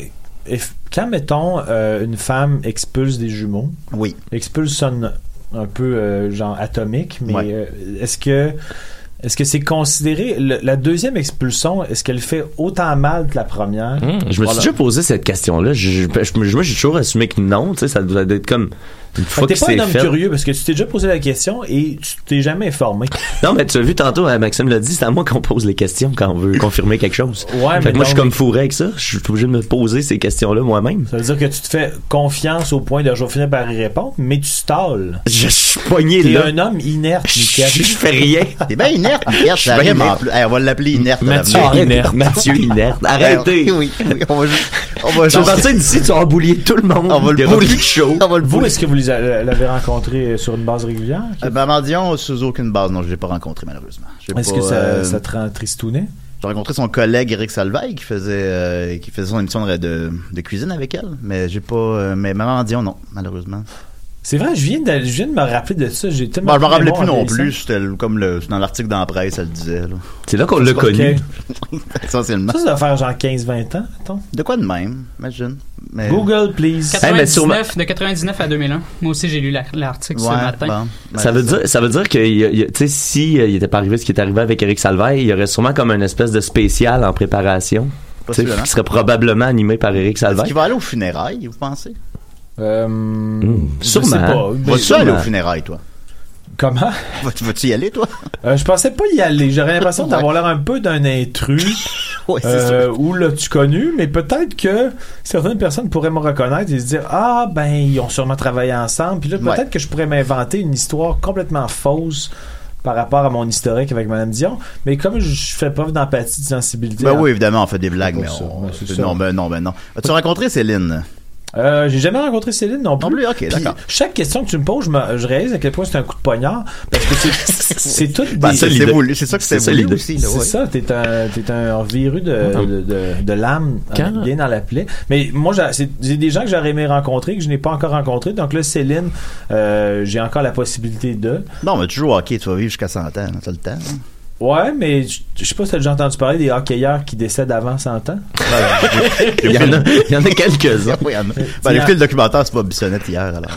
S7: if- quand mettons, euh, une femme expulse des jumeaux,
S4: oui.
S7: expulse sonne un peu euh, genre atomique, mais
S4: Ouais.
S7: euh, est-ce que est-ce que c'est considéré le- la deuxième expulsion Est-ce qu'elle fait autant mal que la première
S6: Hmm, Je me
S7: Voilà.
S6: suis déjà posé cette question-là. Je, je, je- moi, j'ai toujours assumé que non. Tu sais, ça doit être comme
S7: Fait
S6: une
S7: que
S6: fois que
S7: Ah, T'es pas
S6: c'est
S7: un homme
S6: fait.
S7: curieux parce que tu t'es déjà posé la question et tu t'es jamais informé.
S6: Non, mais tu as vu tantôt, hein, Maxime l'a dit, c'est à moi qu'on pose les questions quand on veut confirmer quelque chose.
S7: Ouais,
S6: fait
S7: mais
S6: que moi, je suis
S7: donc-
S6: comme fourré avec ça. Je suis obligé de me poser ces questions-là moi-même.
S7: Ça veut dire que tu te fais confiance au point de je vais finir par y répondre, mais tu stalles.
S6: Je suis poigné
S7: T'es
S6: là.
S7: un homme inerte, Mickaël.
S6: Je fais rien.
S4: T'es bien inerte, Pierre,
S6: suis bien
S4: ça rime en
S6: inerte.
S4: plus. Hey, on va l'appeler inerte. à
S6: Mathieu
S4: l'avenir.
S6: Inerte. Mathieu Inerte. Arrêtez.
S4: Ben, oui, oui, on va juste. On va
S6: Tu vas
S4: juste-
S6: partir d'ici, tu vas emboulier tout le monde.
S4: On va le
S6: Il y aura
S4: bully.
S6: plus de show.
S7: Vous, est-ce que vous les a- l'avez rencontré sur une base régulière
S4: Euh, Maman Dion, sous aucune base, non, je l'ai pas rencontré malheureusement. J'ai
S7: Est-ce
S4: pas,
S7: que ça,
S4: euh,
S7: ça te rend tristounet
S4: J'ai rencontré son collègue Eric Salvaille qui faisait euh, qui faisait son émission de, de, de cuisine avec elle, mais j'ai pas euh, mais maman Dion non malheureusement.
S7: C'est vrai, je viens, de, je viens de me rappeler de ça. J'ai tellement
S4: Bon, Bah, je m'en
S7: plus
S4: rappelais
S7: mémoire
S4: plus non
S7: en
S4: plus, c'était le- comme le c'est dans l'article dans la presse, elle le disait là.
S6: C'est là qu'on l'a
S4: Ok.
S6: connu.
S4: Essentiellement.
S7: Ça, ça doit faire genre 15-20 ans, mettons.
S4: De quoi de même, imagine. Mais...
S7: Google, please.
S8: 99, de 99 à 2001. Moi aussi, j'ai lu la- l'article ce
S6: Ouais,
S8: matin.
S4: ben,
S6: ça, veut dire, ça veut dire que il y a- il y a- tu sais, si euh, il était pas arrivé ce qui est arrivé avec Eric Salvaille, il y aurait sûrement comme une espèce de spécial en préparation. tu sais,
S4: Possiblement.
S6: Qui serait probablement animé par Eric
S4: Est-ce
S6: Salvaille.
S4: qu'il va aller aux funérailles, vous pensez
S7: Euh, je
S6: sûrement.
S7: sais pas.
S4: Vas-tu
S7: Ben, Sûrement.
S4: aller aux funérailles toi
S7: Comment
S4: Vas-tu vas-tu y aller toi
S7: Euh, je pensais pas y aller. J'aurais l'impression d'avoir l'air un peu d'un intrus.
S4: Ouais, c'est
S7: Euh, ou l'as-tu connu, mais peut-être que certaines personnes pourraient me reconnaître et se dire Ah, ben, ils ont sûrement travaillé ensemble. Puis là, peut-être que je pourrais m'inventer une histoire complètement fausse par rapport à mon historique avec Mme Dion. Mais comme je- je fais preuve d'empathie, de sensibilité.
S4: Ben
S7: hein,
S4: oui, évidemment, on fait des blagues,
S7: C'est
S4: mais
S7: pas ça,
S4: on-
S7: ouais, c'est ça.
S4: non, ben non, ben non. As-tu rencontré Céline
S7: Euh, j'ai jamais rencontré Céline non plus.
S4: plus, ok,
S7: Puis,
S4: d'accord.
S7: Chaque question que tu me poses, je, me- je réalise à quel point c'est un coup de poignard. Parce que c'est- Bah, c'est tout des.
S4: Ben, c'est- c'est voulu, c'est ça que c'est voulu aussi, là,
S7: C'est
S4: ouais.
S7: ça, t'es un, t'es un virus de,
S4: Non.
S7: de, de, de l'âme hein, bien dans la plaie. Mais moi, j'a- c'est j'ai des gens que j'aurais aimé rencontrer, que je n'ai pas encore rencontré. Donc là, Céline, euh, j'ai encore la possibilité de.
S4: Non, mais tu joues au hockey, tu vas vivre jusqu'à 100 ans, hein, t'as le temps. hein.
S7: Ouais, mais je je sais pas si t'as déjà entendu parler des hockeyeurs qui décèdent avant 100 ans.
S4: Il y en a-
S6: il y en a quelques-uns.
S4: Oui, il y en a. Ben, j'ai écouté le documentaire, c'est pas Bissonnette hier, alors.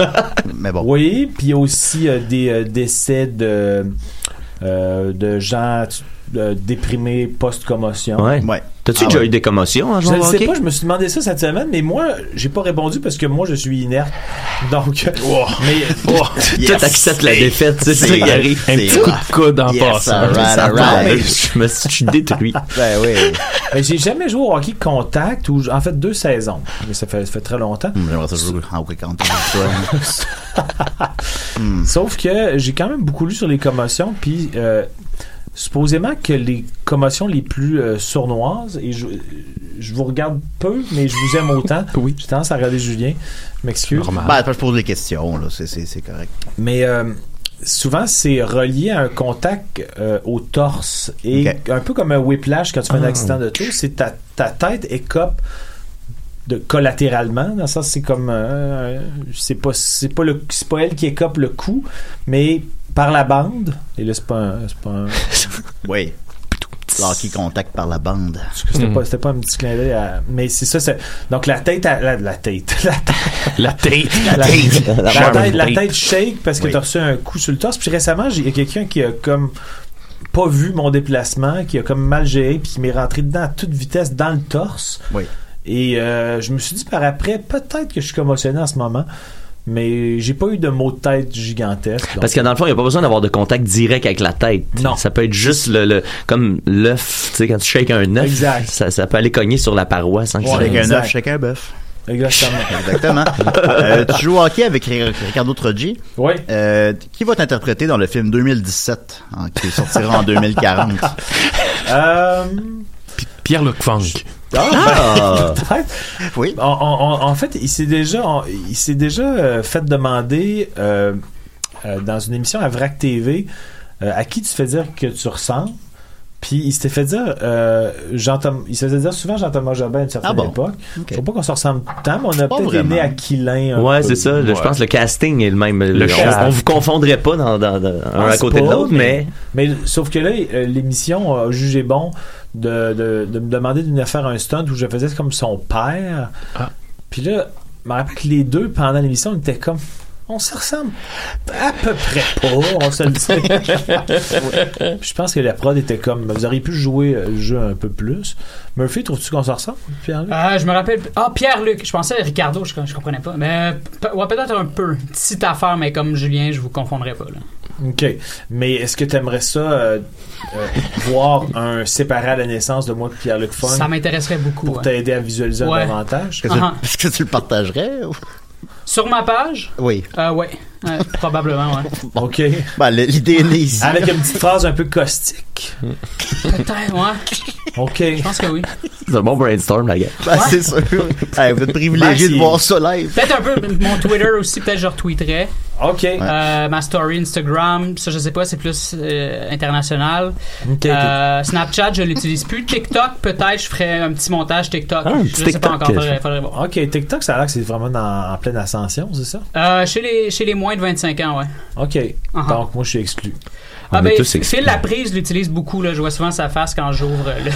S4: Mais bon.
S7: Oui, puis il y a aussi euh, des euh, décès de, euh, de gens euh, déprimés post-commotion.
S6: Ouais. T'as-tu
S7: Ah
S6: déjà
S7: ouais.
S6: eu des commotions hein,
S7: Je
S6: avant
S7: ne
S6: le
S7: sais
S6: hockey?
S7: pas, je me suis demandé ça cette semaine, mais moi, j'ai pas répondu parce que moi, je suis inerte. Donc, mais
S6: Toi, t'acceptes la défaite, tu sais, c'est ça qui arrive.
S7: Un petit coup de
S6: coude
S7: en Yes, passant. alright, alright.
S6: Je me suis je suis détruit.
S4: Ben oui.
S7: Mais Euh, j'ai jamais joué au hockey contact ou en fait deux saisons. Mais ça fait, ça fait très longtemps.
S4: Hum, J'aimerais ça jouer en hockey contact, toi.
S7: Sauf que j'ai quand même beaucoup lu sur les commotions, puis euh, supposément que les commotions les plus euh, sournoises, et je, je vous regarde peu, mais je vous aime autant. oui. J'ai tendance à regarder Julien, je m'excuse.
S4: Normal. Ben, après, je pose des questions, là, c'est- c'est c'est correct.
S7: Mais euh, souvent, c'est relié à un contact euh, au torse, et un peu comme un whiplash quand tu fais un
S6: Ah.
S7: accident de tour, c'est ta, ta tête écope de collatéralement dans le sens c'est comme euh, euh, c'est pas c'est pas le c'est pas elle qui écope le coup mais par la bande et là c'est pas un, c'est pas un-
S4: Oui. Le hockey contact par la bande.
S7: c'était pas c'était pas un petit clin d'œil à- mais c'est ça c'est- donc la tête à- la, la tête la tête
S9: La tête.
S7: la tête la, tête, la
S9: tête.
S7: tête shake parce que
S9: Oui.
S7: t'as reçu un coup sur le torse puis récemment j'ai- il y a quelqu'un qui a comme pas vu mon déplacement qui a comme mal géré puis qui m'est rentré dedans à toute vitesse dans le torse
S4: Oui.
S7: Et euh, je me suis dit par après, peut-être que je suis commotionné en ce moment, mais j'ai pas eu de mot de tête gigantesque. donc-
S6: Parce que dans le fond, il n'y a pas besoin d'avoir de contact direct avec la tête.
S7: Non.
S6: Ça peut être juste le, le- comme l'œuf, tu sais, quand tu shakes un œuf.
S7: Exact.
S6: Ça, ça peut aller cogner sur la paroi sans que ça-
S4: Chacun un œuf, chacun un bœuf.
S7: Exactement.
S4: Exactement. Euh, tu joues au hockey avec Ricardo Troggi. Euh,
S7: Oui.
S4: qui va t'interpréter dans le film 2017, hein, qui sortira en 2040?
S7: Euh,
S9: Pierre-Luc Funk.
S7: Ah!
S4: oui.
S9: Ah!
S7: En, en- en- en fait, il s'est déjà, en- il s'est déjà euh, fait demander euh, euh, dans une émission à VRAC TV euh, à qui tu fais dire que tu ressembles. Puis il s'était fait dire, euh, Jean-Thom- il se faisait dire souvent Jean-Thomas Jobin à une certaine
S6: Ah bon?
S7: époque. Je trouve pas qu'on se ressemble tant, mais on a
S6: Pas
S7: peut-être été
S6: vraiment.
S7: né à Quilin. un
S6: Ouais,
S7: peu.
S6: c'est ça. le- Je pense que le casting est le même. Le- on,
S7: casting.
S6: on vous confondrait pas dans, dans- dans- un à
S7: pense
S6: côté de
S7: Ah, pas,
S6: l'autre, mais...
S7: mais. sauf que là, euh, l'émission a jugé bon de, de- de me demander de venir faire un stunt où je faisais comme son père. Puis là, je me rappelle que les deux, pendant l'émission, on était comme. On se ressemble à peu près pas, on se le dit. Ouais. Puis Je pense que la prod était comme. Vous auriez pu jouer euh, le jeu un peu plus. Murphy, trouves-tu qu'on se ressemble, Pierre-Luc?
S8: Ah, je me rappelle. Ah, Pierre-Luc. Je pensais à Ricardo, je, je comprenais pas. Mais pe- ouais, peut-être un peu. Petite affaire, mais comme Julien, je vous confondrai pas. Là.
S7: OK. Mais est-ce que tu aimerais ça euh, euh, voir un séparé à la naissance de moi et Pierre-Luc Funk?
S8: Ça m'intéresserait beaucoup.
S7: Pour
S8: ouais.
S7: t'aider à visualiser
S8: Ouais.
S7: davantage.
S8: Est-ce que tu- Ah.
S4: que tu le partagerais?
S8: Sur ma page
S4: Oui. Bah,
S8: Euh, ouais. Euh, probablement, ouais.
S7: OK.
S4: l'idée est née ici.
S7: Avec une petite phrase un peu caustique.
S8: Peut-être, ouais.
S7: OK.
S8: Je pense que oui.
S6: C'est un bon brainstorm, la gars.
S4: Ben, c'est sûr. Hey, vous êtes privilégié
S8: Ben,
S4: de
S8: si-
S4: voir ça live.
S8: Peut-être un peu mon Twitter aussi, peut-être je retweeterais.
S7: OK.
S8: Euh, ma story Instagram, ça je sais pas, c'est plus euh, international.
S7: OK,
S8: Euh, Snapchat, je l'utilise plus. TikTok, peut-être je ferais un petit montage TikTok.
S7: Ah, un
S8: je
S7: petit
S8: sais pas encore, faudrait, faudrait voir.
S7: OK, TikTok, ça a l'air que c'est vraiment dans- en pleine ascension, c'est ça?
S8: Euh, chez, les, chez les moins de 25 ans, ouais.
S7: OK.
S8: uh-huh.
S7: Donc, moi, je suis exclu.
S8: ah ben, Phil la prise l'utilise beaucoup, là. je vois souvent sa face quand j'ouvre euh, le...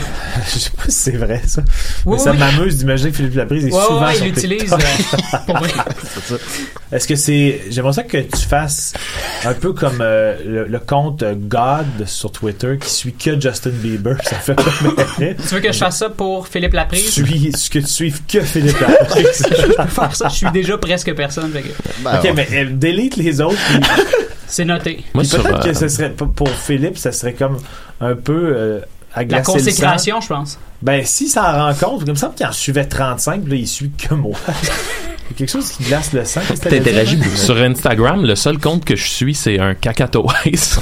S7: Je sais pas si c'est vrai, ça.
S8: Oui,
S7: Mais ça
S8: oui.
S7: m'amuse d'imaginer que Philippe Laprise est
S8: Ouais,
S7: souvent
S8: ouais,
S7: sur
S8: il l'utilise,
S7: TikTok.
S8: euh, pour vrai.
S7: Est-ce que c'est... J'aimerais ça que tu fasses un peu comme euh, le, le compte euh, God sur Twitter qui suit que Justin Bieber. Ça fait comme...
S8: Tu veux que je fasse ça pour Philippe Laprise?
S7: suis, que tu suives que Philippe Laprise.
S8: je peux faire ça, je suis déjà presque personne. fait que-
S4: Bah, Ah
S7: ok, mais euh, delete les autres. puis-
S8: C'est noté.
S7: Puis
S8: Puis
S7: peut-être que ce serait p- pour Philippe, ça serait comme un peu euh,
S8: La
S7: agacer le sang.
S8: consécration, je pense.
S7: Ben si ça en rencontre, comme ça, qu'il en suivait 35, puis là il suit que moi. Il y a quelque chose qui glace le sang. qu'est-ce que t'allais dire, hein?
S9: Sur Instagram, le seul compte que je suis, c'est un cacatoès.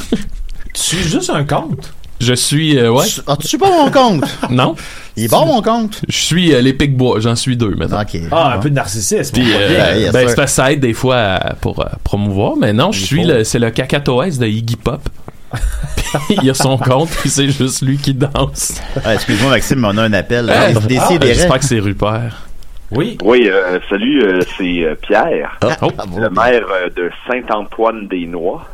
S7: Tu suis juste un compte?
S9: Je suis, euh, ouais.
S4: Ah, tu suis pas mon compte?
S9: Non.
S4: Il est bon, mon compte.
S9: Je suis euh, les pics bois, j'en suis deux maintenant.
S7: Ah, un peu de narcissisme.
S9: Puis, euh,
S7: Ouais, yes,
S9: ben,
S7: sir.
S9: c'est parce que ça aide des fois à- pour euh, promouvoir, mais non, je suis le, c'est le cacatoès de Iggy Pop. Puis, il a son compte, puis c'est juste lui qui danse.
S4: Ah, Excuse-moi, Maxime, mais on a un appel.
S9: Ah,
S4: Hey,
S9: ah,
S4: décidez,
S9: J'espère
S4: hein.
S9: que c'est Rupert.
S7: Oui.
S10: Oui, euh, salut, euh, c'est euh, Pierre,
S9: Oh.
S10: le maire euh, de Saint-Antoine-des-Noix.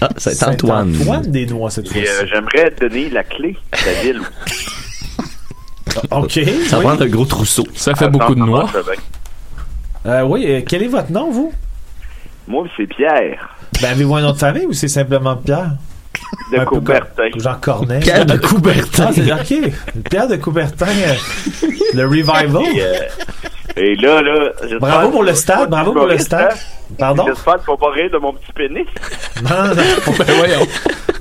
S6: Ah, c'est Antoine.
S7: Antoine des Noix, cette
S10: Et euh,
S7: fois-ci.
S10: j'aimerais te donner la clé de la ville.
S7: OK.
S6: Ça
S7: oui.
S6: prend un gros trousseau.
S9: Ça
S10: Ah, non, ça marche bien.
S7: Euh, oui, euh, quel est votre nom, vous?
S10: Moi, c'est Pierre,
S7: Ben avez-vous un nom de famille ou c'est simplement Pierre?
S10: de
S7: Un peu
S10: Coubertin.
S7: Jean Cornet.
S10: Pierre de Coubertin.
S7: Ah, c'est OK. Pierre de Coubertin, euh, le revival.
S10: Et, euh, et là, là... j'espère-
S7: Bravo pour le stade, bravo pour le stade. Pardon?
S10: hein.
S7: Ah,
S10: J'espère qu'il ne faut pas rire de mon petit pénis.
S7: Non, non.
S10: Ben
S9: voyons.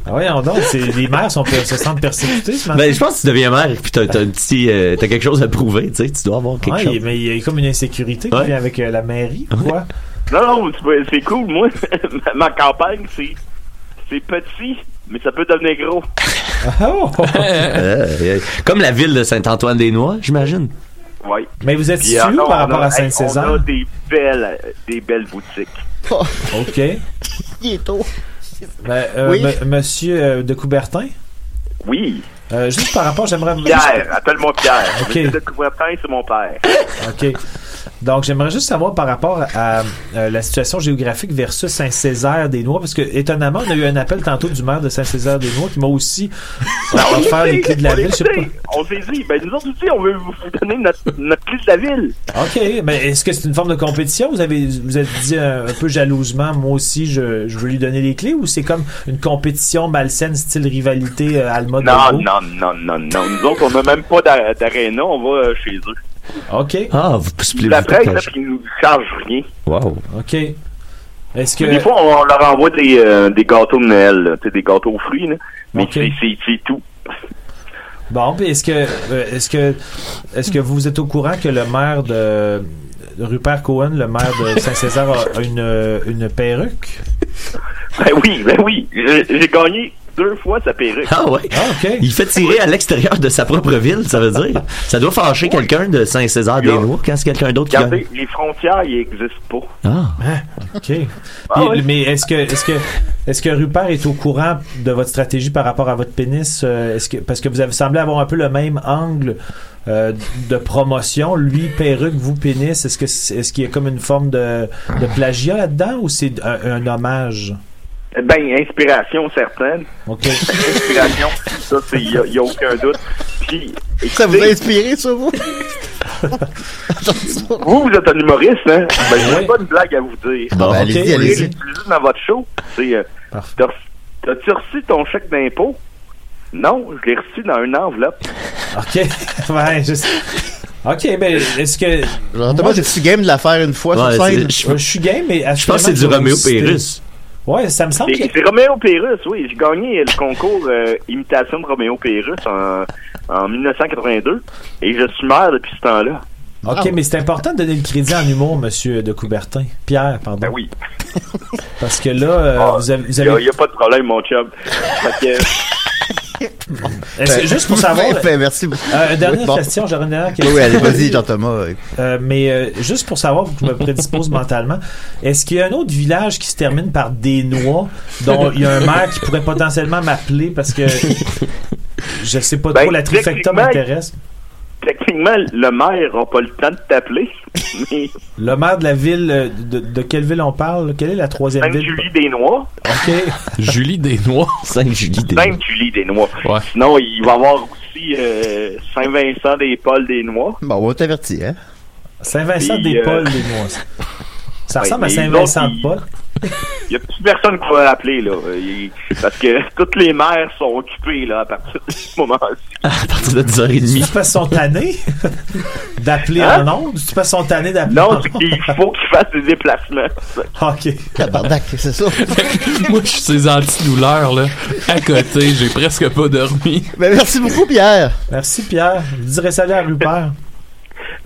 S7: voyons donc, c'est- les mères sont, se sentent persécutées ce matin.
S6: Ben, je pense que tu deviens maire, puis t'as, t'as un petit, euh, t'as quelque chose à prouver, tu sais, tu dois avoir quelque
S7: Ouais,
S6: chose.
S7: il- mais il y a comme une insécurité qui
S6: Ouais.
S7: vient avec euh, la mairie, quoi.
S10: Non, non, tu peux- c'est cool, moi. ma, ma campagne, c'est... C'est petit, mais ça peut devenir gros.
S7: Oh!
S6: Euh, euh, comme la ville de Saint-Antoine-des-Noix, j'imagine.
S10: Oui.
S7: Mais vous êtes
S10: Puis,
S7: sûr
S10: ah, non,
S7: par
S10: on
S7: rapport
S10: a-
S7: à Saint-Césaire?
S10: On a des belles, euh, des belles boutiques.
S7: OK.
S4: Il est tôt.
S7: Ben, euh,
S10: Oui.
S7: me- monsieur euh, de Coubertin?
S10: Oui.
S7: Euh, juste par rapport, j'aimerais...
S10: Pierre, appelle-moi Pierre.
S7: Ok.
S10: Monsieur de Coubertin, c'est mon père.
S7: OK. Donc, j'aimerais juste savoir par rapport à euh, la situation géographique versus Saint-Césaire-des-Noix, parce que, étonnamment, on a eu un appel tantôt du maire de Saint-Césaire-des-Noix qui m'a aussi euh, offert les clés de la
S10: on
S7: ville.
S10: est
S7: Je sais
S10: dit, On s'est dit, ben nous autres aussi, on veut vous vous donner notre, notre clé de la ville.
S7: pas. OK, mais est-ce que c'est une forme de compétition? Vous avez vous êtes dit euh, un, peu jalousement, moi aussi, je, je veux lui donner les clés, ou c'est comme une compétition malsaine, style rivalité euh, alma
S10: Non, non, non, non, non. Nous autres, on n'a même pas d'a- d'aréna, on va euh, chez eux.
S7: OK.
S6: Ah, vous pouvez
S10: Ils la prennent, là, puis ils nous chargent rien.
S6: Wow.
S7: OK. Est-ce que.
S10: Des fois, on leur envoie des, euh, des gâteaux de Noël, là, tu sais, des gâteaux aux fruits, là. mais
S7: Ok.
S10: c'est- c'est c'est tout.
S7: Bon, puis est-ce que euh, est-ce que est-ce que vous êtes au courant que le maire de de Rupert Cohen, le maire de Saint-César, a- a une, euh, une perruque?
S10: Ben oui, ben oui. J'ai j'ai gagné deux fois sa perruque.
S6: Ah ouais. Il fait tirer à l'extérieur de sa propre ville, ça veut dire. Ça doit fâcher quelqu'un de Saint-César-des-Noirs quand c'est quelqu'un d'autre qui gagne.
S10: Regardez, les frontières, ils existent pas.
S6: Ah.
S7: OK. Puis, Mais est-ce que est-ce que est-ce que Rupert est au courant de votre stratégie par rapport à votre pénis? euh, Est-ce que parce que vous avez semblé avoir un peu le même angle euh, de promotion, lui perruque, vous pénis. Est-ce que c'est- est-ce qu'il y a comme une forme de, de plagiat là-dedans ou c'est un, un hommage?
S10: Ben, inspiration certaine.
S7: OK.
S10: inspiration, ça, c'est, y a, y a aucun doute. Puis,
S4: Ça vous a inspiré, ça, vous?
S10: vous, vous êtes un humoriste, hein? Ben, j'ai une bonne blague à vous dire.
S4: Bon, ben, allez-y,
S10: Vous pouvez
S4: allez-y.
S10: l'utiliser dans votre show. C'est, euh, t'as reçu- t'as-tu reçu ton chèque d'impôt? Non, je l'ai reçu dans une enveloppe.
S7: OK. ouais, je sais. OK, mais est-ce que.
S4: Moi, j'ai-tu game de la faire une fois
S7: Ouais,
S4: sur scène?
S7: c'est- je- je suis game, mais
S4: Je pense que c'est du Roméo Pérus.
S7: Ouais, ça me semble
S10: C'est
S7: que-
S10: c'est Roméo Pérus, oui. J'ai gagné le concours euh, Imitation de Roméo Pérus en, en 1982 et je suis maire depuis ce temps-là.
S7: OK, mais c'est important de donner le crédit en humour, monsieur de Coubertin. Pierre, pardon. Ben
S10: oui.
S7: Parce que là, euh,
S4: Ah,
S7: vous avez. vous
S10: Il n'y a,
S7: avez-
S10: Ah, y a pas de problème, mon chum. Fait que,
S7: Est-ce que- Euh, juste pour savoir.
S4: Ben, ben, merci.
S7: Euh, une dernière
S4: Oui, bon.
S7: question, j'aurais une dernière
S4: Oui,
S7: question.
S4: oui, allez, vas-y, Jean-Thomas. oui.
S7: Euh, mais euh, juste pour savoir, que je me prédispose mentalement, est-ce qu'il y a un autre village qui se termine par des noix dont il y a un maire qui pourrait potentiellement m'appeler parce que je sais pas trop, la trifecta
S10: techniquement,
S7: m'intéresse.
S10: techniquement, le maire n'a pas le temps de t'appeler, mais
S7: Le maire de la ville, euh, de, de quelle ville on parle? Quelle est la troisième
S10: même
S7: ville?
S10: Julie Desnois,
S7: OK.
S9: Julie Desnois.
S6: Julie
S10: même Julie Desnois.
S9: Ouais.
S10: Sinon, il va y avoir aussi euh, Saint-Vincent des Paul Desnois.
S4: Bon, on t'avertit, hein?
S7: Saint-Vincent
S10: Puis,
S7: des
S10: euh,
S7: Pauls des Noix. Ça
S10: Ouais,
S7: ressemble à
S10: mais
S7: Saint-Vincent
S10: les
S7: de Paul.
S10: Il n'y a plus personne qui va l'appeler, là. Euh, il- Parce que toutes les mères sont occupées, là, à partir de ce moment-ci.
S6: À partir de 10h30.
S7: Tu passes son tanné d'appeler
S10: Hein?
S7: en ondes? Tu passes son tanné d'appeler en
S10: Non,
S7: ondes? Ah,
S10: c'est qu'il faut qu'ils fassent des déplacements.
S7: OK.
S4: Tabarnak, c'est ça.
S9: Moi, je suis ces antidouleurs, là. À côté, j'ai presque pas dormi.
S4: Ben, merci beaucoup, Pierre.
S7: Merci, Pierre. Je dirais salut à Rupert.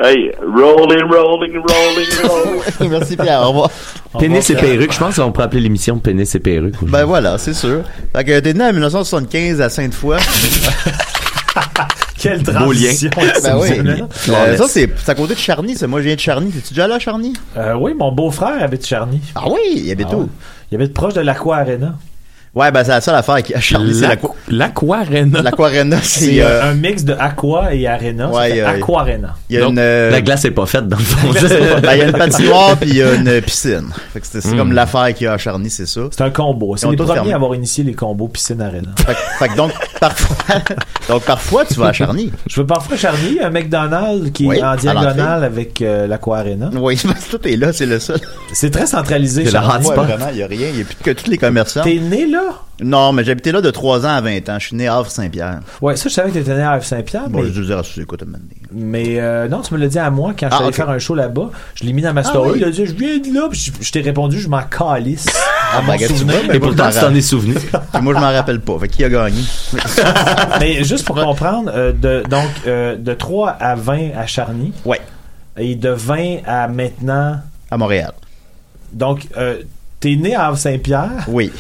S10: Hey, rolling, rolling, rolling, rolling.
S4: Merci, Pierre. Au revoir.
S6: Pénis et perruque, je pense qu'on pourrait appeler l'émission Pénis et perruque.
S4: Ben voilà, c'est sûr. Fait que t'es né en 1975 à Sainte-Foy.
S7: Quelle
S6: Beau lien.
S7: transition.
S4: Ben oui.
S7: Semaine.
S4: Euh, ça, c'est c'est à côté de Charny. C'est moi, je viens de Charny. T'es-tu déjà allé à Charny?
S7: Euh, oui, mon beau-frère habite Charny.
S4: Ah oui, il habite
S7: Ah
S4: où?
S7: ouais. Il habite proche de l'Aqua Arena.
S4: Ouais, ben c'est la seule affaire qui- à Charny, c'est l'Aqua-
S9: l'Aquarena.
S4: l'Aquarena.
S7: C'est
S4: C'est.
S7: euh,
S4: euh,
S7: un mix de Aqua et Arena.
S4: Ouais,
S7: ça fait
S4: euh,
S7: Aqua Arena.
S4: Il y a une. euh,
S6: La glace est pas faite dans le fond.
S4: ben, il y a une patinoire puis il y a une piscine. Fait que c'est c'est comme l'affaire qu'il y a à Charny, c'est ça.
S7: C'est un combo.
S4: Ils
S7: C'est
S4: ont
S7: les
S4: tout
S7: premiers
S4: fermé.
S7: à avoir initié les combos piscine arena.
S4: Fait, que- fait que donc parfois, donc parfois tu vas à Charny.
S7: Je veux parfois Charny, un McDonald's qui
S4: Oui,
S7: est en
S4: à
S7: diagonale
S4: l'entrée.
S7: avec euh, l'Aqua Arena.
S4: Oui, parce que tout est là, c'est le seul.
S7: C'est très centralisé.
S4: C'est
S7: Charny.
S4: Ouais, vraiment, il y a rien, il y a plus que tous les commerçants.
S7: T'es né là?
S4: Non, mais j'habitais là de 3 ans à 20 ans. Je suis né à Havre Saint-Pierre.
S7: Ouais, ça, je savais que t'étais né à F-Saint-Pierre,
S4: Bon,
S7: mais,
S4: je veux dire, tu écoutes un moment donné.
S7: mais, euh, non, tu me l'as dit à moi quand je
S4: Ah,
S7: suis allé
S4: ok.
S7: faire un show là-bas. Je l'ai mis dans ma
S4: Ah
S7: story.
S4: oui.
S7: Il a dit, je viens de là. Puis je, je t'ai répondu, je m'en calisse. à mon
S4: ben, regarde, tu
S7: souvenir.
S4: vois, mais Et moi, pourtant, je m'en tu t'en rappelle. es
S6: souvenu.
S4: Puis moi, je m'en rappelle pas. Fait qui a gagné?
S7: mais juste pour comprendre, euh, de, donc, euh, de 3 à 20 à Charny.
S4: Ouais.
S7: Et de 20 à maintenant.
S4: À Montréal.
S7: Donc, euh, t'es né à Havre-Saint-Pierre.
S4: Oui.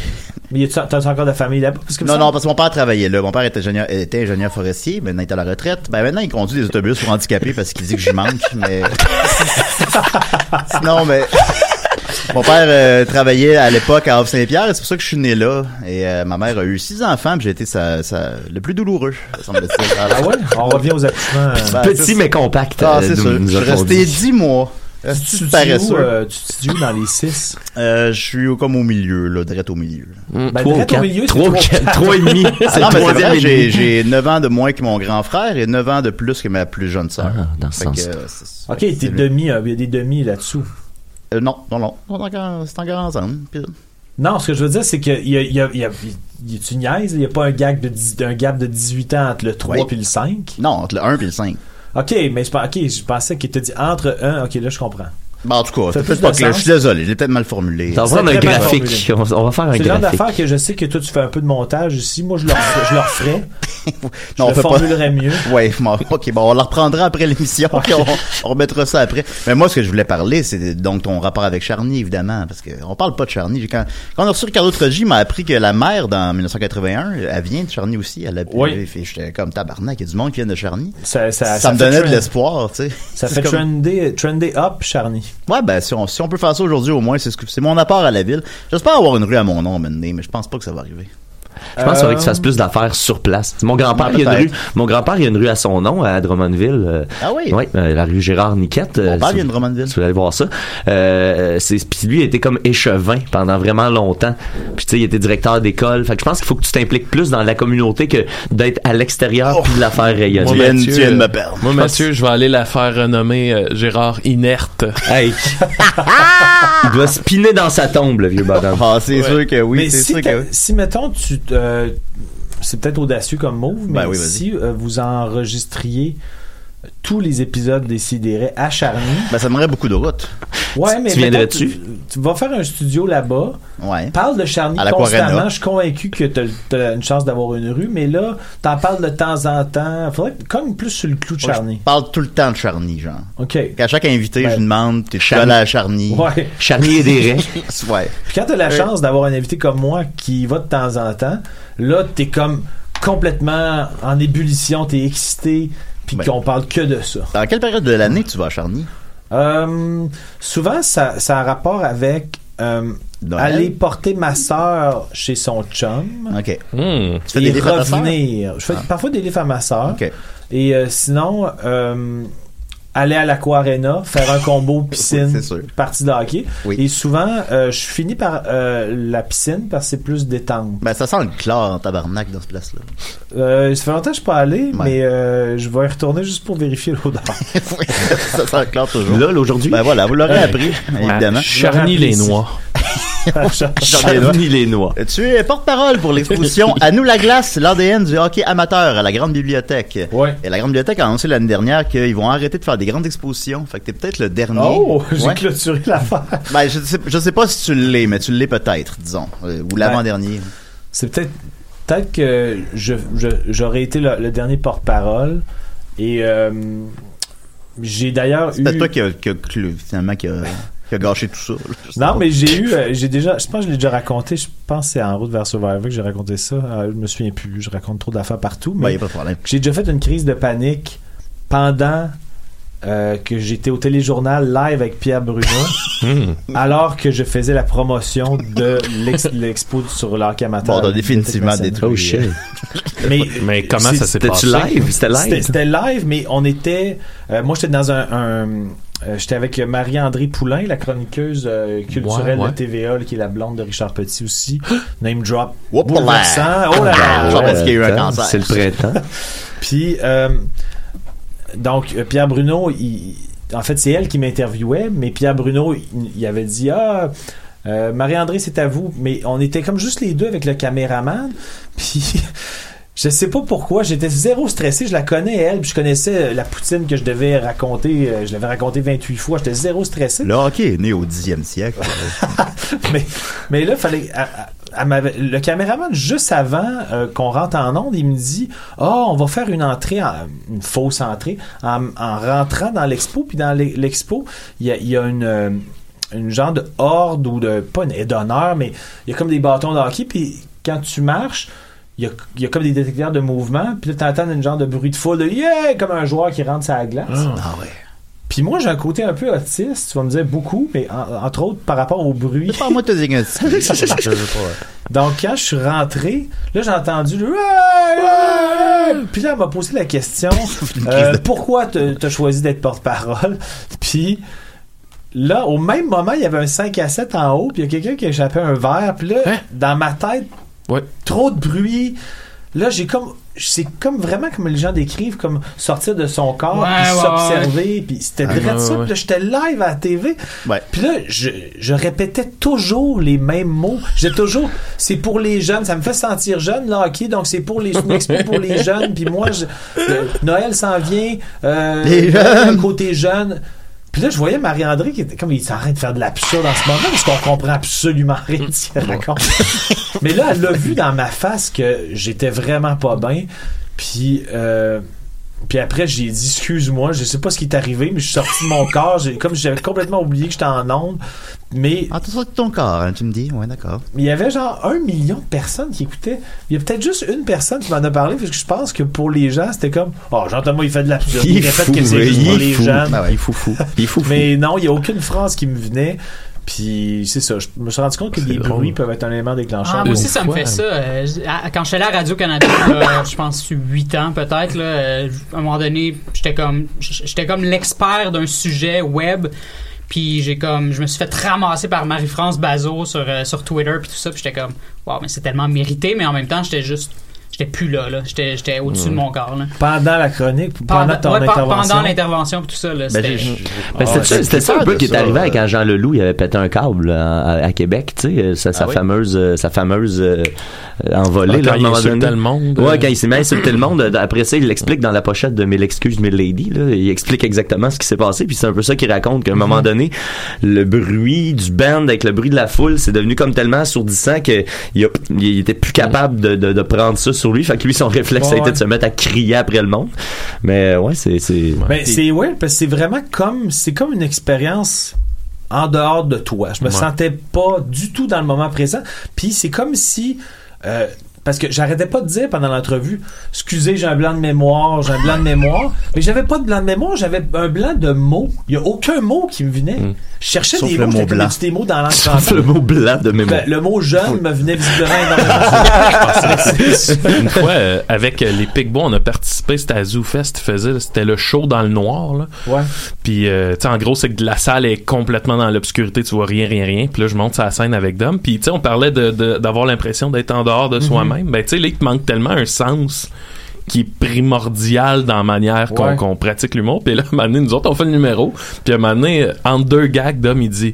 S7: Mais y a-tu- t'as-tu encore de la famille là-bas? Parce que
S4: Non,
S7: ça-
S4: non, parce que mon père travaillait là. Mon père était ingénieur, était ingénieur forestier, maintenant il est à la retraite. Ben maintenant il conduit des autobus pour handicapés parce qu'il dit que j'y manque, mais. Sinon, mais. Mon père euh, travaillait à l'époque à Havre-Saint-Pierre, et c'est pour ça que je suis né là. Et euh, ma mère a eu six enfants, puis j'ai été sa- sa- le plus douloureux, semble-t-il.
S7: Ah ouais? On revient aux accouchements. euh,
S4: Ben,
S6: Petit
S4: c'est-
S6: mais compact.
S4: Ah,
S6: euh,
S4: c'est
S6: nous-
S4: sûr. Je
S6: nous
S4: suis
S6: a-t-on
S4: resté
S6: dit.
S4: dix mois. Reste-tu
S7: Tu te dis où,
S4: paresseux?
S7: euh, tu te dis où dans les 6?
S4: Euh, je suis au- comme au milieu, là, direct au milieu.
S7: Ben, direct au
S6: quatre,
S7: milieu, c'est
S6: trois,
S7: trois,
S6: quatre,
S7: quatre.
S6: trois et demi.
S4: Ah
S6: C'est
S4: non,
S6: le
S4: mais
S6: troisième
S4: vrai,
S6: et
S4: j'ai,
S6: demi.
S4: j'ai 9 ans de moins que mon grand frère et 9 ans de plus que ma plus jeune sœur.
S6: dans ce
S4: Fait que,
S6: sens-là.
S4: euh, c'est-
S7: Ok, t'es demi, hein, il y a des demi là-dessous.
S4: Euh, non, non, non. On est encore- C'est encore ensemble. puis-
S7: Non, ce que je veux dire, c'est qu'il y a, il y a- il y a- il y a- tu niaises, il n'y a pas un gap, de dix- un gap de 18 ans entre le 3
S4: Oui.
S7: puis le 5.
S4: Non, entre le 1 et le 5.
S7: OK, mais je, pens- ok, je pensais qu'il te dit entre un. OK, là, je comprends.
S4: Bah, en tout
S7: Ça
S4: cas, c'est
S7: fait
S4: peut-être pas
S7: plus de
S4: clair.
S7: sens.
S4: Je suis désolé, je l'ai peut-être mal formulé.
S6: Ça va prendre un
S7: Très bien
S6: graphique. On,
S7: formulé.
S6: on va faire un
S7: C'est le genre
S6: graphique.
S7: d'affaire que je sais que toi, tu fais un peu de montage ici. Moi, je le, je le referais.
S4: Non,
S7: je le formulerais mieux.
S4: Oui, ok, bon, on la reprendra après l'émission, puis on, on remettra ça après. Mais moi, ce que je voulais parler, c'est de- donc ton rapport avec Charny, évidemment, parce que on parle pas de Charny. J'ai- Quand, quand on a reçu Ricardo Trogi, il m'a appris que la mère, dans 1981, elle vient de Charny aussi. Elle a,
S7: Oui.
S4: fait- j'étais comme tabarnak, il y a du monde qui vient de Charny.
S7: Ça, ça- ça
S4: me
S7: fait
S4: donnait de
S7: trend.
S4: l'espoir, tu sais.
S7: Ça
S4: C'est
S7: fait
S4: comme-
S7: trendy, trendy up, Charny.
S4: Ouais, ben, si on, si on peut faire ça aujourd'hui, au moins, c'est ce que- c'est mon apport à la ville. J'espère avoir une rue à mon nom, à un moment donné, mais je pense pas que ça va arriver.
S6: Je pense qu'il faudrait que tu fasses plus d'affaires sur place. Mon grand-père, il y a une
S4: Euh, Peut-être.
S6: rue. Mon grand-père, il y a une rue à son nom à Drummondville. euh,
S4: Ah oui?
S6: Oui, euh, la rue Gérard Niquette. Mon
S4: père vient de Drummondville.
S6: Si vous allez voir ça. Euh, c'est- puis lui, il était comme échevin pendant vraiment longtemps. Puis tu sais, il était directeur d'école. Fait que je pense qu'il faut que tu t'impliques plus dans la communauté que d'être à l'extérieur
S4: Oh,
S6: puis de la faire rayonner.
S9: Moi, Mathieu, euh, Moi, Mathieu, je vais aller la faire renommer euh, Gérard Inerte.
S6: Hey! il doit spinner dans sa tombe, le vieux bonhomme.
S4: Ah, c'est sûr que oui,
S7: mais
S4: c'est
S7: si,
S4: sûr
S7: t'as-
S4: que oui.
S7: si, mettons, tu. te- euh, c'est peut-être audacieux comme move, mais
S4: Ben oui, vas-y.
S7: si euh, vous enregistriez tous les épisodes des Sidérés à Charny.
S4: Ben, ça me beaucoup de route.
S7: Ouais,
S4: Tu-
S7: mais
S4: tu viendrais-tu?
S7: mettons, Tu, tu vas faire un studio là-bas.
S4: Ouais.
S7: Parle de Charny
S4: Hein? À l'Aquarena.
S7: constamment. Je suis convaincu que t'as as une chance d'avoir une rue, mais là, t'en parles de temps en temps. Faudrait que- comme plus sur le clou de
S4: Moi,
S7: Charny.
S4: je parle tout le temps de Charny, genre.
S7: OK.
S4: À chaque invité,
S7: Ben,
S4: je lui demande, t'es-tu
S7: Charny.
S4: allé à Charny?
S7: Ouais.
S6: Charny et des raies.
S4: ouais.
S7: Puis quand t'as la
S4: Ouais.
S7: chance d'avoir un invité comme moi qui y va de temps en temps, là, t'es comme complètement en ébullition, t'es excité, puis
S4: Ben.
S7: qu'on parle que de ça.
S4: Dans quelle période de l'année tu vas à Charny?
S7: Euh, souvent, ça, ça a rapport avec euh,
S4: Noël?
S7: aller porter ma sœur chez son chum.
S4: OK.
S9: Hmm.
S4: Tu fais
S7: Et
S4: des livres à ta sœur?
S7: revenir. Je fais
S4: Ah.
S7: parfois des livres à ma sœur.
S4: OK.
S7: Et euh, sinon, euh, aller à l'Aquarena, faire un combo piscine, partie de hockey. Et souvent, euh, je finis par euh, la piscine parce que c'est plus détente.
S4: Ben, ça sent le chlore en tabarnak dans ce place-là.
S7: Euh, ça fait longtemps que je suis pas allé,
S4: Ouais.
S7: mais euh, je vais y retourner juste pour vérifier l'odeur.
S4: ça sent le chlore toujours.
S6: Lol, aujourd'hui.
S4: Ben voilà, vous l'aurez appris, évidemment.
S6: Charny les noix.
S4: Tu es porte-parole pour l'exposition À nous la glace, l'ADN du hockey amateur à la Grande Bibliothèque. Et la Grande Bibliothèque a annoncé l'année dernière qu'ils vont arrêter de faire des grandes expositions. Fait que t'es peut-être le dernier.
S7: Oh, j'ai
S4: Mm. Ouais.
S7: clôturé l'affaire.
S4: Ben, je sais, je sais pas si tu l'es, mais tu l'es peut-être, disons. Euh,
S7: Ben,
S4: Ou l'avant-dernier.
S7: C'est peut-être peut-être que je- je- j'aurais été le, le dernier porte-parole et euh, j'ai d'ailleurs eu.
S4: C'est toi qui a, qui a clu- finalement qui a, qui a gâché tout ça. Je sais
S7: Non,
S4: pas.
S7: mais j'ai eu, euh, j'ai déjà, je pense que je l'ai déjà raconté, je pense que c'est en route vers Survivor que j'ai raconté ça, Euh, je me souviens plus, je raconte trop d'affaires partout,
S4: Ben,
S7: mais
S4: y a pas de problème.
S7: j'ai déjà fait une crise de panique pendant euh, que j'étais au téléjournal live avec Pierre Bruno,
S9: Hmm.
S7: alors que je faisais la promotion de l'ex- l'expo sur l'hockey amateur.
S4: Bon, t'as définitivement détruit. euh,
S7: Oh shit. Mais,
S9: Mais comment
S7: c'est-
S9: ça s'est passé?
S7: C'était- C'était live, mais on était. euh, moi, j'étais dans un. un- euh, j'étais avec Marie-André Poulain, la chroniqueuse euh, culturelle
S9: Ouais, ouais.
S7: de TVA, là, qui est la blonde de Richard Petit aussi. Name drop.
S4: Whoop là.
S7: bouleversant. Oh là là!
S4: Ah, Je pense qu'il y a eu un cancer.
S6: C'est le printemps.
S7: Puis, euh, donc, euh, Pierre Bruno, il- en fait, c'est elle qui m'interviewait, mais Pierre Bruno, il, il avait dit Ah, euh, Marie-André, c'est à vous. Mais on était comme juste les deux avec le caméraman. Puis. Je sais pas pourquoi, j'étais zéro stressé, je la connais elle, puis je connaissais euh, la poutine que je devais raconter, euh, je l'avais racontée 28 fois, j'étais zéro stressé.
S4: Le hockey est né au 10e siècle.
S7: Ah. Mais là, fallait. à- à- à ma- le caméraman, juste avant euh, qu'on rentre en onde, il me dit Ah, on va faire une entrée, en- une fausse entrée, en, en rentrant dans l'expo. Puis dans l'e- l'expo, il y a, il y a une. euh, une genre de horde ou de. pas une haie d'honneur, mais il y a comme des bâtons de hockey. Puis quand tu marches, il y a, il y a comme des détecteurs de mouvement. Puis là, t'entends une genre de bruit de foule de yeah! comme un joueur qui rentre sur la glace.
S4: Ah ouais.
S7: Puis moi, j'ai un côté un peu autiste, tu vas me dire beaucoup, mais en- entre autres par rapport au bruit.
S4: Pas moi, te dis que Je sais pas.
S7: Donc, quand je suis rentré, là, j'ai entendu le Ouais, ouais. Puis là, elle m'a posé la question euh, pourquoi t'as t'as choisi d'être porte-parole Puis là, au même moment, il y avait un 5 à 7 en haut, puis il y a quelqu'un qui a échappé un verre. Puis là, dans ma tête,
S9: Hein? Ouais.
S7: trop de bruit. Là, j'ai comme. c'est comme vraiment comme les gens décrivent, comme sortir de son corps,
S9: Ouais,
S7: puis
S9: ouais,
S7: s'observer, puis c'était
S9: Ah,
S7: direct
S9: ouais,
S7: ça.
S9: ouais.
S7: Puis là, j'étais live à la TV. Puis là, je, je répétais toujours les mêmes mots. J'ai toujours, c'est pour les jeunes, ça me fait sentir jeune, là, ok, donc c'est pour les snacks, c'est pour les jeunes. Puis moi, je- euh, Noël s'en vient, euh,
S4: Les
S7: le
S4: jeunes.
S7: côté jeune. Puis là, je voyais Marie-André qui était comme, il est en train de faire de l'absurde en ce moment parce qu'on comprend absolument rien de ce qu'elle raconte. Mais là, elle l'a vu dans ma face que j'étais vraiment pas bien. Puis, euh, puis après, j'ai dit, excuse-moi, je sais pas ce qui est arrivé, mais je suis sorti de mon corps. J'ai- Comme j'avais complètement oublié que j'étais en onde. Mais.
S4: Ah, t'es sorti de ton corps, hein, tu me dis? Ouais, d'accord.
S7: Mais il y avait genre un million de personnes qui écoutaient. Il y a peut-être juste une personne qui m'en a parlé, parce que je pense que pour les gens, c'était comme Oh, Jean-Thomas, il fait de l'absurde.
S6: Il
S7: Il répète
S6: fou,
S7: que
S4: hein,
S7: c'est
S6: oui,
S7: juste pour
S6: il est
S7: les
S6: fou.
S7: jeunes.
S6: Ah ouais, il est fou, fou. Il est fou, fou.
S7: Mais non, il n'y a aucune phrase qui me venait. Puis c'est ça, je me suis rendu compte que les bruits peuvent être un élément déclencheur.
S8: Ah, moi aussi, ça me fait ça. Euh, j- à- Quand j'étais allé à Radio-Canada, là, je pense, 8 ans peut-être, là, euh, à un moment donné, j'étais comme, j- j'étais comme l'expert d'un sujet web. Puis j'ai comme, je me suis fait ramasser par Marie-France Bazot sur, euh, sur Twitter, puis tout ça. Puis j'étais comme, waouh, mais c'est tellement mérité. Mais en même temps, j'étais juste, j'étais plus là, là. J'étais j'étais au-dessus
S7: Mm.
S8: de mon corps, là.
S7: Pendant la chronique, pendant, ton
S8: ouais, par-
S7: intervention.
S8: pendant l'intervention, puis tout ça, là. c'était-
S6: Ben,
S7: Ah
S6: c'était
S7: ouais,
S6: ça-
S7: j'ai
S6: c'était ça un
S7: peur
S6: peu
S7: de
S6: qui est
S7: ça,
S6: arrivé
S7: ouais.
S6: quand Jean Leloup il avait pété un câble euh, à, à- à Québec, tu sais, euh, sa, sa
S9: oui?
S6: fameuse, euh, sa fameuse euh, euh,
S9: Ah,
S6: envolée.
S9: quand
S6: là, à un
S9: il
S6: moment
S9: insultait
S6: donné.
S9: le monde, euh.
S6: Ouais, quand il s'est mis à insulter le monde. euh, Après ça, il l'explique dans la pochette de Mille excuses, Mille lady. Là, il explique exactement ce qui s'est passé. Puis c'est un peu ça qu'il raconte qu'à un moment donné, le bruit du band avec le bruit de la foule, c'est devenu comme tellement assourdissant que il, a- il était plus capable de, de- de prendre ça sur lui. Fait que lui, son réflexe
S7: Ouais,
S6: a été
S7: ouais.
S6: de se mettre à crier après le monde. Mais euh, ouais, c'est. c'est-
S7: Ben, c'est ouais, parce que c'est vraiment comme c'est comme une expérience en dehors de toi. Je me
S6: Ouais.
S7: sentais pas du tout dans le moment présent. Puis c'est comme si euh, parce que j'arrêtais pas de dire pendant l'entrevue, excusez, j'ai un blanc de mémoire, j'ai un blanc de mémoire, mais j'avais pas de blanc de mémoire, j'avais un blanc de mots. Il y a aucun mot qui me venait. Je cherchais
S6: Mm. Sauf
S7: des
S6: le
S7: mots,
S6: mot
S7: j'étais comme,
S6: blanc.
S7: des mots dans l'anglais
S6: Sauf le mot blanc de mémoire.
S7: Ben, le mot jeune me venait visiblement
S9: Une fois, euh, avec euh, les Picbois, on a participé, c'était à ZooFest, ils faisaient- c'était le show dans le noir. Là.
S7: Ouais.
S9: Puis, euh, tu sais, en gros, c'est que la salle est complètement dans l'obscurité, tu vois rien, rien, rien. Puis là, je monte sur la scène avec Dom. Puis, tu sais, on parlait de- de- d'avoir l'impression d'être en dehors de
S7: Mhm.
S9: soi-même. Ben, tu sais, là, il te manque tellement un sens qui est primordial dans la manière qu'on
S7: Ouais.
S9: qu'on pratique l'humour. Puis là, à un moment donné, nous autres, on fait le numéro. Puis à un moment donné, euh, entre deux gags, Dom, il dit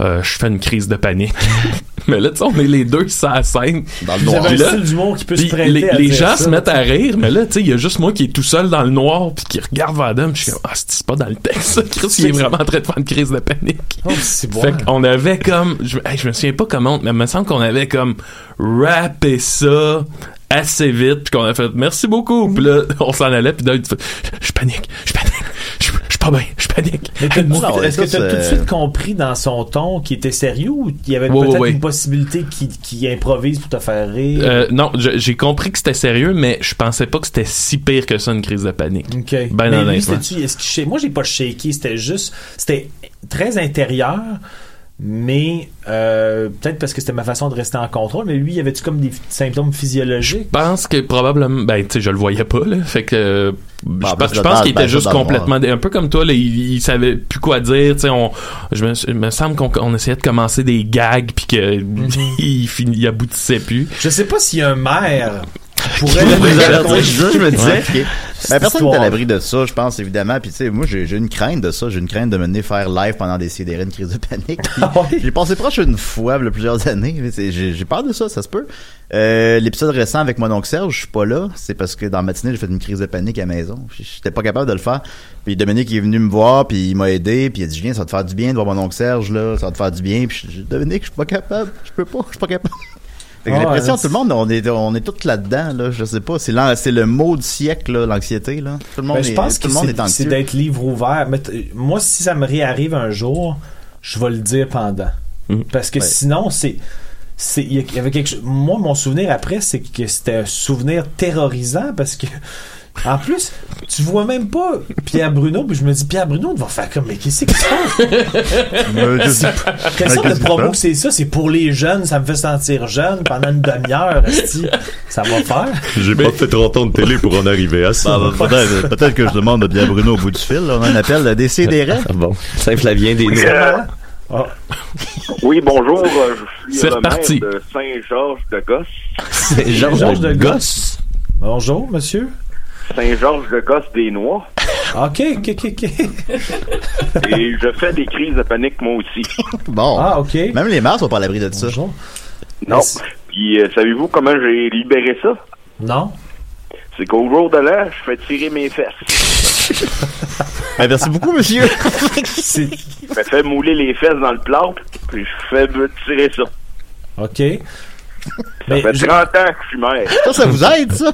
S9: Euh, Je fais une crise de panique. Mais là, tu sais, on est les deux sur la scène. Dans
S7: Vous avez un style d'humour qui peut se prêter
S9: les,
S7: à
S9: les
S7: dire
S9: gens
S7: ça.
S9: se mettent à rire, mais là, tu sais, il y a juste moi qui est tout seul dans le noir puis qui regarde Vandam. Je suis comme, ah, c'est- c'est pas dans le texte, ça. Chris, il est vraiment en train de faire une crise de panique.
S7: Oh, c'est bon.
S9: Fait qu'on avait comme, je, hey, je me souviens pas comment, mais il me semble qu'on avait comme rappé ça assez vite puis qu'on a fait merci beaucoup puis là on s'en allait puis là il fait je panique je panique je je suis pas bien je panique
S7: Mais t'as
S9: Aide-moi.
S7: tout- Est-ce que tu as tout de suite compris dans son ton qu'il était sérieux ou il y avait
S9: Ouais, ouais,
S7: peut-être
S9: ouais.
S7: une possibilité qu'il qu'il improvise pour te faire rire?
S9: Euh, non, je- j'ai compris que c'était sérieux, mais je pensais pas que c'était si pire que ça une crise de panique.
S7: OK.
S9: Ben
S7: Mais lui,
S9: honnêtement.
S7: c'était-tu- est-ce qu'il shake- Moi, j'ai pas shaké. C'était juste. C'était très intérieur, mais euh, peut-être parce que c'était ma façon de rester en contrôle. Mais lui, y avait-tu comme des f- symptômes physiologiques?
S9: Je pense que probablement, ben tu sais, je le voyais pas là, fait que euh, je,
S7: en
S9: pense-
S7: plus,
S9: je
S7: le
S9: pense
S7: bal,
S9: qu'il
S7: ben,
S9: était
S7: ça,
S9: juste
S7: dans le
S9: complètement, dé- un peu comme toi, là, il, il savait plus quoi dire, tu sais, on, je me, il me semble qu'on on essayait de commencer des gags puis que
S10: Mhm.
S9: il, fin- il aboutissait plus.
S7: Je sais pas s'il y a un maire pourrait
S4: Ouais,
S7: nous
S4: j'allais
S7: raconter-
S4: dire, je me disais. ok. Ben, personne n'est à
S7: histoire.
S4: l'abri de ça, je pense, évidemment. Puis, tu sais, moi, j'ai j'ai une crainte de ça. J'ai une crainte de me mener faire live pendant des CDR, une crise de panique. Puis, J'ai passé proche une fois, il y a plusieurs années. Mais c'est- J'ai j'ai peur de ça, ça se peut. Euh, L'épisode récent avec mon oncle Serge, je suis pas là. C'est parce que dans la matinée, j'ai fait une crise de panique à la maison. J'étais pas capable de le faire. Puis Dominique est venu me voir, puis il m'a aidé, puis il a dit Julien, ça va te faire du bien de voir mon oncle Serge, là. Ça va te faire du bien. Puis je- je- Dominique, je suis pas capable. Je peux pas, je suis pas capable. Fait que
S7: Ah,
S4: j'ai l'impression
S7: ouais,
S4: que tout le monde, on est, on est tous là-dedans, là. Je sais pas. C'est l'an- c'est le mot du siècle, là, l'anxiété, là. Tout le monde
S7: Ben, je
S4: est,
S7: pense
S4: tout
S7: que
S4: le monde
S7: c'est-
S4: est anxieux.
S7: c'est d'être livre ouvert. Mais t- moi, si ça me réarrive un jour, je vais le dire pendant. Parce que
S4: Mm. Ouais.
S7: sinon, c'est. c'est- Il y a- il y avait quelque chose. Moi, mon souvenir après, c'est que c'était un souvenir terrorisant parce que. En plus, tu vois même pas Pierre Bruno, puis je me dis Pierre Bruno, il va faire comme mais qu'est-ce que
S4: je
S7: c'est
S4: sais
S7: ça
S4: pas.
S7: Quelle sorte
S4: Je
S7: de
S4: sais
S7: promo
S4: pas.
S7: que c'est ça C'est pour les jeunes, ça me fait sentir jeune pendant une demi-heure. esti. Ça va faire.
S4: J'ai pas fait 30 ans de télé pour en arriver à ça. peut-être, peut-être que je demande à bien Bruno au bout du fil. là. On a un appel à DCDR.
S6: bon, Saint-Flavien des
S4: Noix.
S10: Euh, Oui, bonjour. euh, Je suis
S4: C'est
S10: le maire
S4: reparti.
S10: de Saint-Georges de Gosse.
S6: C'est Georges de Gosse.
S7: Bonjour, monsieur. Ah,
S10: Saint-Georges de Gosse des Noix.
S7: OK, OK, OK, OK.
S10: Et je fais des crises de panique moi aussi.
S4: Bon. Ah, OK. Même les mères sont pas à l'abri de ça.
S10: Non. Puis euh, savez-vous comment j'ai libéré ça?
S7: Non.
S10: C'est qu'au jour de l'an, je fais tirer mes fesses.
S4: Ben, merci beaucoup, monsieur.
S10: je me fais mouler les fesses dans le plâtre, puis je fais me tirer ça.
S7: OK.
S10: Ça
S9: Ben,
S10: fait 30 ans que je suis mère.
S4: Ça, ça vous aide, ça?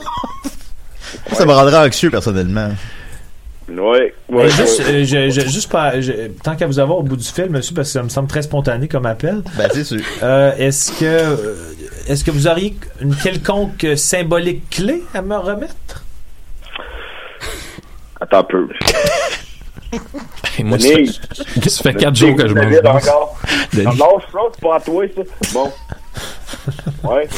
S4: Ça me rendrait anxieux, personnellement.
S10: Ouais,
S9: Ben,
S7: Mais
S10: ouais.
S7: juste,
S10: ouais.
S7: euh, je- je- juste pas, je- tant qu'à vous avoir au bout du fil, monsieur, parce que ça me semble très spontané comme appel.
S4: Ben, c'est sûr.
S7: Euh, est-ce que, euh, est-ce que vous auriez une quelconque symbolique clé à me remettre?
S10: Attends un peu.
S9: Et moi, ça fait,
S10: Denis.
S9: ça fait quatre jours que je mange.
S10: David, encore.
S9: Denis.
S10: Non, non, ça, c'est pas à toi, ça. Bon. Ouais.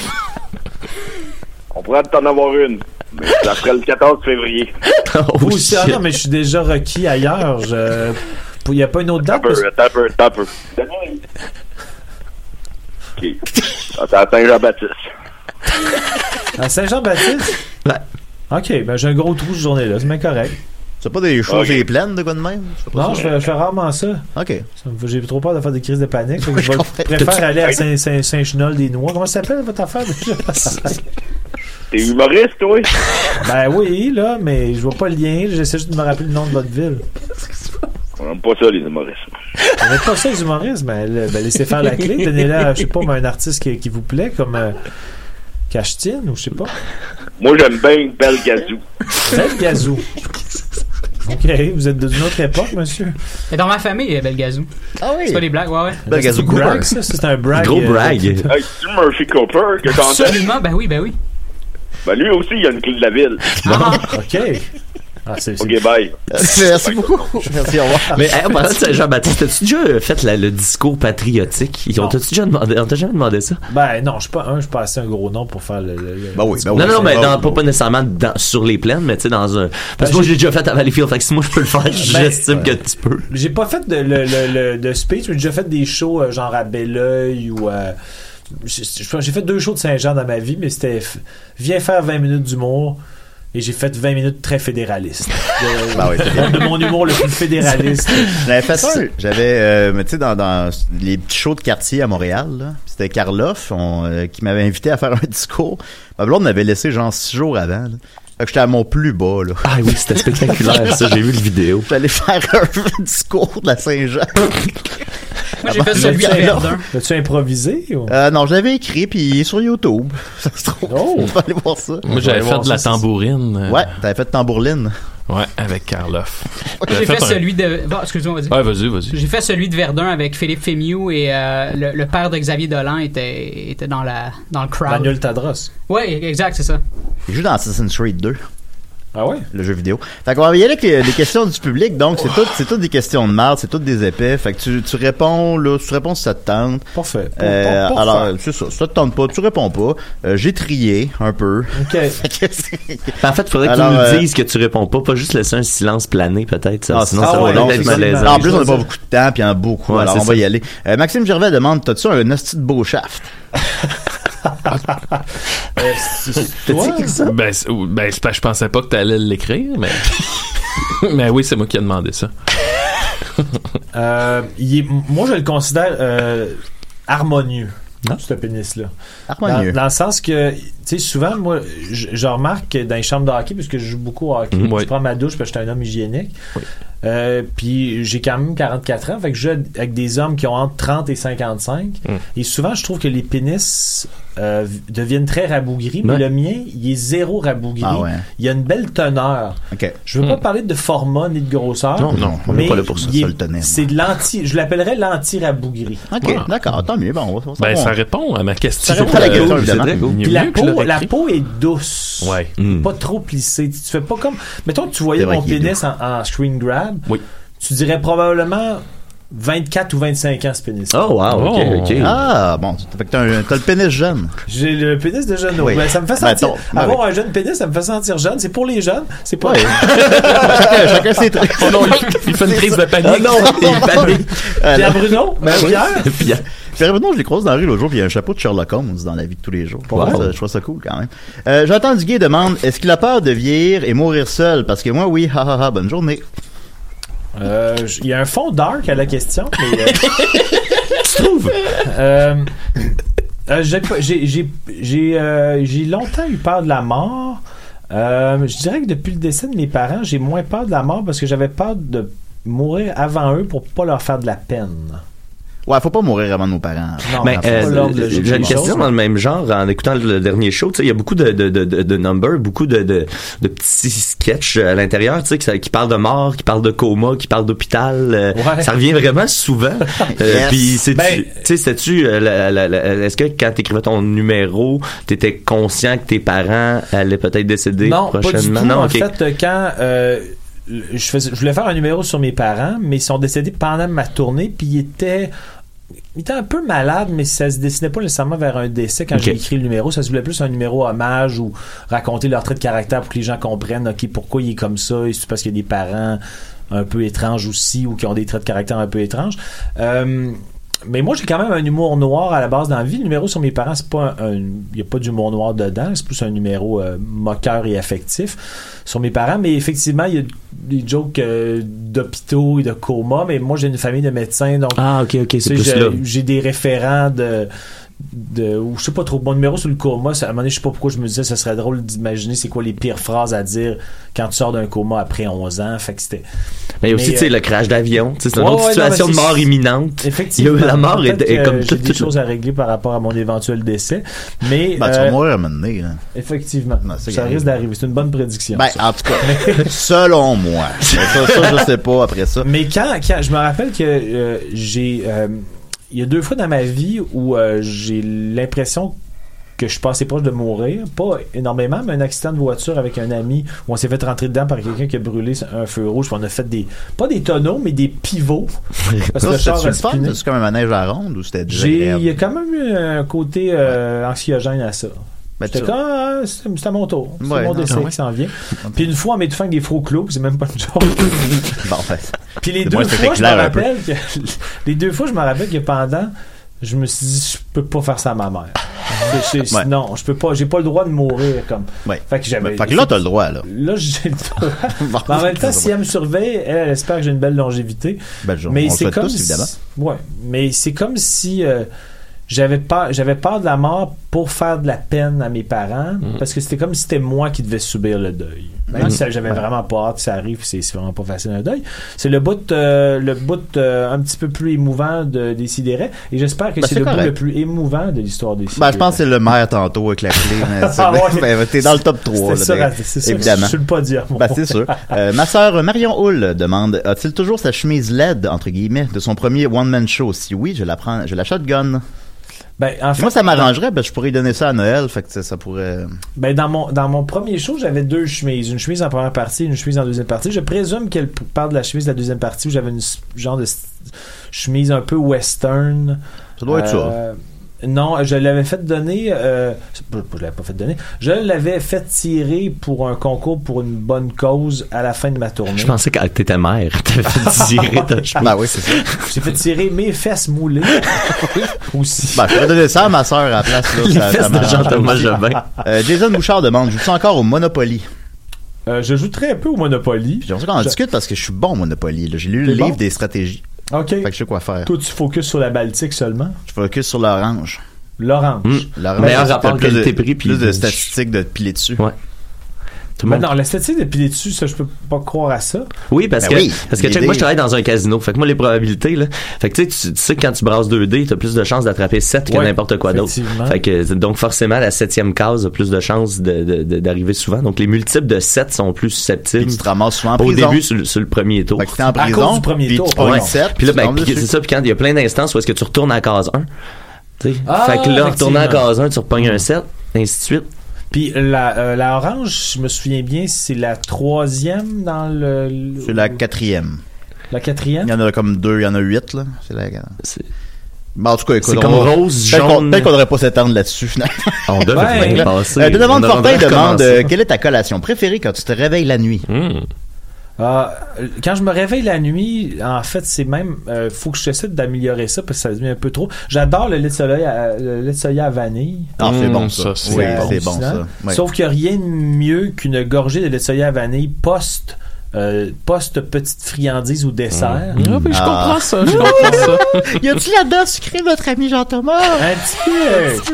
S10: On pourrait t'en avoir une. Mais c'est après le 14 février.
S4: Oh,
S7: vous aussi, ah non, mais je suis déjà requis ailleurs. Je... Il n'y a pas une autre date? parce-
S10: Attends un peu, attends un peu. Denis. OK. Attends, attends, Jean-Baptiste.
S7: À Saint-Jean-Baptiste? Ok, ben j'ai un gros trou cette journée-là, c'est bien correct.
S4: C'est pas des choses et pleines de quoi de même? C'est pas
S7: Non,
S4: ça.
S7: je fais, je fais rarement ça.
S4: Ok.
S7: Ça me fait- J'ai trop peur de faire des crises de panique. fait que je vais-
S4: comprends.
S7: préfère
S4: T'as-tu-
S7: aller à Saint- Saint- Saint-Chenol des Noix. Comment ça s'appelle votre affaire déjà?
S10: T'es humoriste, toi?
S7: ben oui, là, mais je vois pas le lien. J'essaie juste de me rappeler le nom de votre ville.
S10: On n'aime pas ça, les humoristes.
S7: On n'est pas ça, les humoristes. Ben, le- ben, laissez faire la clé. Donnez-la, à, je sais pas, mais un artiste qui, qui vous plaît, comme euh, Cachetine ou je sais pas.
S10: Moi, j'aime bien Belle Gazou.
S7: Belle Gazou. Ok, vous êtes d'une autre époque, monsieur.
S8: Mais dans ma famille, il y a Belgazou.
S4: Ah oui?
S8: C'est pas des blagues, ouais, ouais.
S6: Ben,
S7: Belgazou C'est du brag, Cooper. ça, c'est un brag, Gros euh, brag.
S10: Hey, c'est-tu Murphy Cooper que t'entends?
S8: Absolument, ben oui, ben oui. Ah,
S10: Ben, lui aussi, il a une clé de la ville.
S7: OK. Ah,
S10: OK, bye.
S4: Merci beaucoup. Merci, au revoir.
S6: Mais hey, en parlant de Saint-Jean-Baptiste, as-tu déjà euh, fait la- le discours patriotique? Ils ont,
S7: Non.
S6: t'as-tu déjà demandé, on t'a jamais demandé ça?
S7: Ben non, je suis pas un, je suis pas assez un gros nom pour faire le. le- le-
S4: Ben
S6: non,
S4: Ah,
S6: non, non, mais dans- pas, pas nécessairement dans- sur les plaines, mais tu sais, dans un.
S4: Ben,
S6: Parce que moi,
S7: j'ai-
S6: j'ai déjà fait à Valleyfield, fait que si moi je peux le faire, j'estime
S7: ouais.
S6: que tu peux.
S7: J'ai pas fait de, le, le- le- de speech, mais j'ai déjà fait des shows euh, genre à Belleuil ou. euh, j'ai- j'ai j'ai fait deux shows de Saint-Jean dans ma vie, mais c'était f- viens faire 20 minutes d'humour. Et j'ai fait 20 minutes très fédéraliste. De,
S4: Ben oui, c'est bien.
S7: de mon humour le plus fédéraliste.
S4: J'avais fait ça. J'avais, euh, mais tu sais, dans, dans les petits shows de quartier à Montréal, là, c'était Karloff on, euh, qui m'avait invité à faire un discours. Ma blonde m'avait laissé genre six jours avant. Là. Fait que j'étais à mon plus bas, là.
S6: Ah oui, c'était spectaculaire, ça, j'ai vu le vidéo.
S4: J'allais faire un discours de la Saint-Jean.
S8: Moi, j'ai fait celui à Verdun.
S7: As-tu improvisé? ou-
S4: Euh, non, je l'avais écrit, puis il est sur YouTube. Ça se trouve.
S8: Oh.
S4: On va aller voir ça.
S9: Moi, j'avais fait de la tambourine. euh,
S4: Ouais, t'avais fait de tambourline.
S9: Ouais, avec Karloff.
S8: J'ai
S9: J'avais
S8: fait,
S9: un-
S8: celui de. Bon, excuse-moi, vas-y.
S9: Ouais, vas-y, vas-y.
S8: J'ai fait celui de Verdun avec Philippe Fémiou et euh, le, le père de Xavier Dolan était, était dans, la, dans le crowd.
S7: Manuel Tadros.
S8: Ouais, exact, c'est ça.
S4: Il joue dans Assassin's Creed 2.
S7: Ah ouais?
S4: Le jeu vidéo. Fait qu'on va y aller avec les, les questions du public. Donc, c'est tout, c'est toutes des questions de merde, c'est toutes des épais. Fait que tu, tu réponds, là, tu réponds si ça te tente.
S7: Parfait.
S4: Euh,
S7: Parfait.
S4: alors, c'est ça. Si ça te tente pas, tu réponds pas. Euh, j'ai trié, un peu.
S7: OK.
S6: Ben, en fait, faudrait que
S4: Alors,
S6: tu nous
S4: euh,
S6: dises que tu réponds pas, pas juste laisser un silence planer, peut-être. ça.
S4: Ah,
S6: sinon,
S4: ah
S6: ça
S4: ouais,
S6: va
S4: non,
S6: être
S4: c'est ça.
S6: malaisant.
S4: En plus, on n'a pas beaucoup de temps, puis en beaucoup.
S6: Ouais,
S4: alors,
S6: c'est
S4: on va
S6: ça.
S4: y aller. Euh, Maxime Gervais demande, t'as-tu un hostie de beau shaft?
S7: Toi?
S9: Ben, c'est- ou- ben, c'est pas- je pensais pas que t'allais l'écrire, mais. mais oui, c'est moi qui ai demandé ça.
S7: Euh, il est- moi, je le considère euh, harmonieux. Ce pénis-là.
S4: Harmonieux.
S7: Dans, dans le sens que, tu sais, souvent, moi, je, je remarque que dans les chambres de hockey, puisque je joue beaucoup au hockey,
S4: Mm,
S9: Mhm.
S7: je
S9: Ouais.
S7: prends ma douche parce que je suis un homme hygiénique. Euh, puis j'ai quand même 44 ans, fait que je joue avec des hommes qui ont entre 30 et 55.
S9: Mm.
S7: Et souvent, je trouve que les pénis euh, v- deviennent très rabougris, mais
S4: Ouais.
S7: le mien, il est zéro rabougri.
S4: Ah ouais.
S7: Il a une belle teneur.
S4: OK.
S7: Je veux
S9: Hmm.
S7: pas parler de format ni de grosseur.
S4: Non, non, on est
S7: mais
S4: pas là pour ça,
S7: il
S4: ça,
S7: est-
S4: le tonnerre.
S7: C'est de l'anti, je l'appellerais l'anti-rabougri.
S4: OK, d'accord. Tant mieux. Bon, on va- on va
S9: Ben,
S4: on-
S9: ça répond à ma question.
S4: Oh. Ça répond à la question,
S9: Euh,
S4: évidemment.
S9: c'est très cool.
S7: Puis
S9: Mieux
S7: la
S9: que je
S7: peau,
S9: l'aurais
S7: la
S9: écrit.
S7: peau est douce.
S9: Ouais.
S7: Pas trop plissée. Tu tu fais pas comme. Mettons que tu voyais
S9: C'est vrai
S7: mon
S9: qu'il est
S7: pénis en, en screen grab. Tu dirais probablement 24 ou 25 ans ce pénis.
S9: Oh.
S4: Ah, bon. Fait que t'as un- t'as le pénis jeune.
S7: J'ai le pénis de jeune.
S4: Oui.
S7: Ben, ça me fait
S4: Ben,
S7: sentir.
S4: ton- ben
S7: avoir un jeune pénis, ça me fait sentir jeune. C'est pour les jeunes. C'est pas.
S4: chacun, chacun ses trucs.
S9: il fait une crise de panique.
S4: Ah non,
S7: il panique. Pierre Bruno? Ben, Pierre?
S6: Pierre.
S4: Puis non, je les croise dans la rue l'autre jour, puis il y a un chapeau de Sherlock Holmes dans la vie de tous les jours.
S6: Wow.
S4: Je, trouve ça, je trouve ça cool quand même. Euh, J'entends Duguay demande est-ce qu'il a peur de vieillir et mourir seul Parce que moi, oui, ha ha ha, bonne journée.
S7: Euh, j- Il y a un fond dark à la question, mais.
S4: tu trouves
S7: euh, euh, j'ai pas- J'ai j'ai- j'ai, euh, j'ai longtemps eu peur de la mort. Euh, je dirais que depuis le décès de mes parents, j'ai moins peur de la mort parce que j'avais peur de mourir avant eux pour pas leur faire de la peine.
S4: Ouais, faut pas mourir avant nos parents.
S6: Mais
S4: Enfin,
S6: euh,
S4: c'est pas l'ordre de-
S6: j'ai une question dans le même genre en écoutant le dernier show. tu sais, Il y a beaucoup de, de, de, de- de numbers, beaucoup de, de, de petits sketchs à l'intérieur tu sais, qui, ça- qui parlent de mort, qui parlent de coma, qui parlent d'hôpital. euh,
S7: Ouais.
S6: Ça revient vraiment souvent. Euh,
S7: Yes.
S6: Puis c'est
S7: Ben-
S6: tu sais, sais-tu, euh, la- la- la- la- est-ce que quand t'écrivais ton numéro, t'étais conscient que tes parents allaient peut-être décéder
S7: non, pas du tout.
S6: prochainement?
S7: en
S6: ok.
S7: fait, euh, quand euh, je, faisais- je voulais faire un numéro sur mes parents, mais ils sont décédés pendant ma tournée, puis ils étaient il était un peu malade, mais ça se dessinait pas nécessairement vers un décès quand
S6: Ok.
S7: j'ai écrit le numéro. Ça se voulait plus un numéro hommage ou raconter leur trait de caractère pour que les gens comprennent OK, pourquoi il est comme ça. Est-ce parce qu'il y a des parents un peu étranges aussi ou qui ont des traits de caractère un peu étranges? Euh, mais moi, j'ai quand même un humour noir à la base dans la vie. Le numéro sur mes parents, c'est pas un. un- Il n'y a pas d'humour noir dedans. C'est plus un numéro euh, moqueur et affectif sur mes parents. Mais effectivement, il y a des jokes euh, d'hôpitaux et de coma. Mais moi, j'ai une famille de médecins. Donc,
S6: Ah, ok, ok, c'est
S7: tu sais,
S6: plus
S7: j'ai-
S6: là.
S7: J'ai des référents de. De, ou je sais pas trop mon numéro sur le coma ça- à un moment donné je sais pas pourquoi je me disais ce serait drôle d'imaginer c'est quoi les pires phrases à dire quand tu sors d'un coma après 11 ans fait que c'était
S6: Mais aussi,
S7: Mais,
S6: tu sais,
S7: euh,
S6: le crash d'avion, tu sais, c'est une
S7: Ouais,
S6: autre
S7: ouais,
S6: situation
S7: non, mais
S6: de
S7: c'est-
S6: mort imminente.
S7: Effectivement.
S6: Il y a- La mort est,
S7: Peut-être
S6: est
S7: que
S6: comme
S7: j'ai
S6: tout.
S7: des choses à régler par rapport à mon éventuel décès, mais
S4: Ben, tu vas
S7: euh,
S4: mourir à un moment donné, là.
S7: effectivement,
S4: c'est
S7: ça
S4: grave.
S7: risque d'arriver. C'est une bonne prédiction.
S4: Ben,
S7: ça.
S4: en tout cas, selon moi. Mais Ça, ça, je sais pas après ça.
S7: Mais quand, quand- je me rappelle que euh, j'ai, euh, il y a deux fois dans ma vie où euh, j'ai l'impression que je passais proche de mourir, pas énormément, mais un accident de voiture avec un ami où on s'est fait rentrer dedans par quelqu'un qui a brûlé un feu rouge. puis On a fait des, pas des tonneaux, mais des pivots. Parce que le char
S4: Ça, c'était
S7: a
S4: le fun?
S7: spiné.
S4: C'est comme un manège à ronde ou c'était
S7: J'ai,
S4: désagréable?
S7: il y a quand même eu un côté euh, anxiogène à ça.
S4: Ben,
S7: J'étais
S4: tu-
S7: comme, ah, c'est c'est à mon tour. C'est
S4: Ouais,
S7: mon
S4: non,
S7: décès
S4: ouais.
S7: qui s'en vient. Puis une fois, on m'est tout fait avec des faux clos, c'est même pas une joke.
S4: Bon, ben, en fait.
S7: Puis les
S4: Au
S7: deux
S4: moins, c'était
S7: fois, je me
S4: clair un peu.
S7: rappelle que, les deux fois, je me rappelle que pendant, je me suis dit, je peux pas faire ça à ma mère. C'est- c'est-
S4: Ouais.
S7: Non, je peux pas, j'ai pas le droit de mourir comme.
S4: Ouais.
S7: Fait que j'avais.
S4: Fait que là, t'as le droit, là.
S7: Là, j'ai le droit. Mais en même temps, si elle me surveille, elle, elle espère que j'ai une belle longévité.
S4: Ben, je- on
S7: mais
S4: le
S7: c'est
S4: souhaite
S7: comme
S4: tous,
S7: si-
S4: évidemment.
S7: Ouais, mais c'est comme si euh, j'avais peur, j'avais peur de la mort pour faire de la peine à mes parents,
S4: Mm.
S7: parce que c'était comme si c'était moi qui devais subir le deuil. Même
S6: Mhm.
S7: si ça- j'avais
S6: Ouais.
S7: vraiment pas hâte que ça arrive, c'est c'est vraiment pas facile un deuil. C'est le bout, euh, le bout euh, un petit peu plus émouvant de, des sidérés, et j'espère que
S4: Ben,
S7: c'est
S4: c'est
S7: le bout
S4: correct.
S7: le plus émouvant de l'histoire des
S4: Ben, je pense que c'est le maire tantôt avec la clé. mais c'est-
S7: Ah ouais.
S4: ben, T'es dans le top 3,
S7: C'était
S4: là,
S7: sûr,
S4: ben,
S7: c'est sûr,
S4: évidemment.
S7: je suis le podium.
S4: Ben, c'est sûr. Euh, ma sœur Marion Hull demande A-t-il toujours sa chemise LED, entre guillemets, de son premier one-man show Si oui, je la prends, je la shotgun.
S7: Ben, en fait,
S4: Moi, ça m'arrangerait, ben, je pourrais lui donner ça à Noël, fait que ça, ça pourrait.
S7: Ben dans mon dans mon premier show, j'avais deux chemises, une chemise en première partie, une chemise en deuxième partie. Je présume qu'elle p- parle de la chemise de la deuxième partie où j'avais une s- genre de s- chemise un peu western.
S4: Ça doit être ça.
S7: Euh, Non, je l'avais fait donner. euh, c'est pas- je l'avais pas fait donner. Je l'avais fait tirer pour un concours pour une bonne cause à la fin de ma tournée.
S6: Je pensais que ah, t'étais mère, t'avais
S4: Ah,
S6: fait tirer ta chemise.
S4: Ben oui, c'est ça.
S7: J'ai fait tirer mes fesses moulées. aussi.
S4: Ben, je pourrais donner ça à ma sœur à la place, là.
S6: Les
S4: ça- ça
S6: fesses de
S4: m'arrange
S6: Jean-Thomas
S4: aussi.
S6: Jobin.
S4: Euh, Jason Bouchard demande Joues-tu encore au Monopoly
S7: Euh, je joue très peu au Monopoly.
S4: J'aimerais qu'on en
S7: Je-
S4: discute parce que je suis bon au Monopoly. là. J'ai lu le
S7: T'es bon?
S4: livre des stratégies.
S7: Ok.
S4: Fait que je sais quoi faire.
S7: Toi, tu focuses sur la Baltique seulement.
S4: Je focus sur l'orange.
S7: L'orange.
S4: Hmm. L'orange.
S6: Meilleur
S4: c'est
S6: rapport
S4: plus de-
S6: qualité-prix, puis-
S4: Plus de statistiques de piler dessus.
S6: Ouais. Tout le
S7: Mais
S6: monde-
S7: non, l'esthétique de piler dessus, ça, je peux pas croire à ça.
S6: Oui, parce
S7: Ben
S6: que,
S7: oui,
S6: parce que check,
S7: l'idée-
S6: moi je travaille dans un casino. Fait que moi les probabilités là, fait que tu sais, tu- tu sais que quand tu brasses 2 dés, t'as plus de chances d'attraper 7 que
S7: Ouais,
S6: n'importe quoi d'autre.
S7: effectivement.
S6: Fait que donc forcément la septième case a plus de chances de- de- de- d'arriver souvent. Donc les multiples de 7 sont plus susceptibles.
S4: Puis tu te ramasses souvent en
S6: Au
S4: prison.
S6: début sur, le- sur le premier tour.
S4: t'es en À prison, cause du premier puis tour, tu pognes
S6: Ouais.
S4: sept,
S6: Puis là
S4: tu
S6: ben,
S4: tombes
S6: puis
S4: dessus.
S6: c'est ça puis quand il y a plein d'instances où est-ce que tu retournes à la case 1. tu sais.
S7: Ah,
S6: fait que là en retournant à la
S7: effectivement.
S6: case 1, tu repognes un 7 ainsi de suite.
S7: Puis la, euh, la orange, je me souviens bien, c'est la troisième dans le. le-
S4: C'est la quatrième.
S7: La quatrième?
S4: Il y en a comme deux, il y en a huit, là. C'est la. Ben, en tout cas, écoute,
S6: C'est
S4: on
S6: comme
S4: va-
S6: rose,
S4: peut-être qu'on-
S6: jaune.
S4: Peut-être qu'on devrait pas s'étendre là-dessus, finalement.
S6: On devrait Ouais. bien passer.
S4: Euh, Denis
S6: On
S4: Fortin
S6: devrait
S4: demande
S6: recommencer. Mmh.
S4: euh, quelle est ta collation préférée quand tu te réveilles la nuit?
S7: Ah, quand je me réveille la nuit, en fait, c'est même. euh, faut que je j'essaie d'améliorer ça parce que ça devient un peu trop. J'adore le lait de soleil à, le lait de soya à vanille.
S4: Ah, c'est
S6: Mmh,
S4: bon, ça. c'est
S7: euh,
S4: bon, c'est bon,
S7: hallucinant.
S4: ça. Ouais.
S7: Sauf qu'il n'y a rien de mieux qu'une gorgée de lait de soya à vanille post. euh, post petite friandise ou dessert.
S9: Mm. Ah oui, je Ah. comprends ça, je comprends ça.
S4: Y a-t-il la dent sucrée, notre ami Jean-Thomas?
S7: Un petit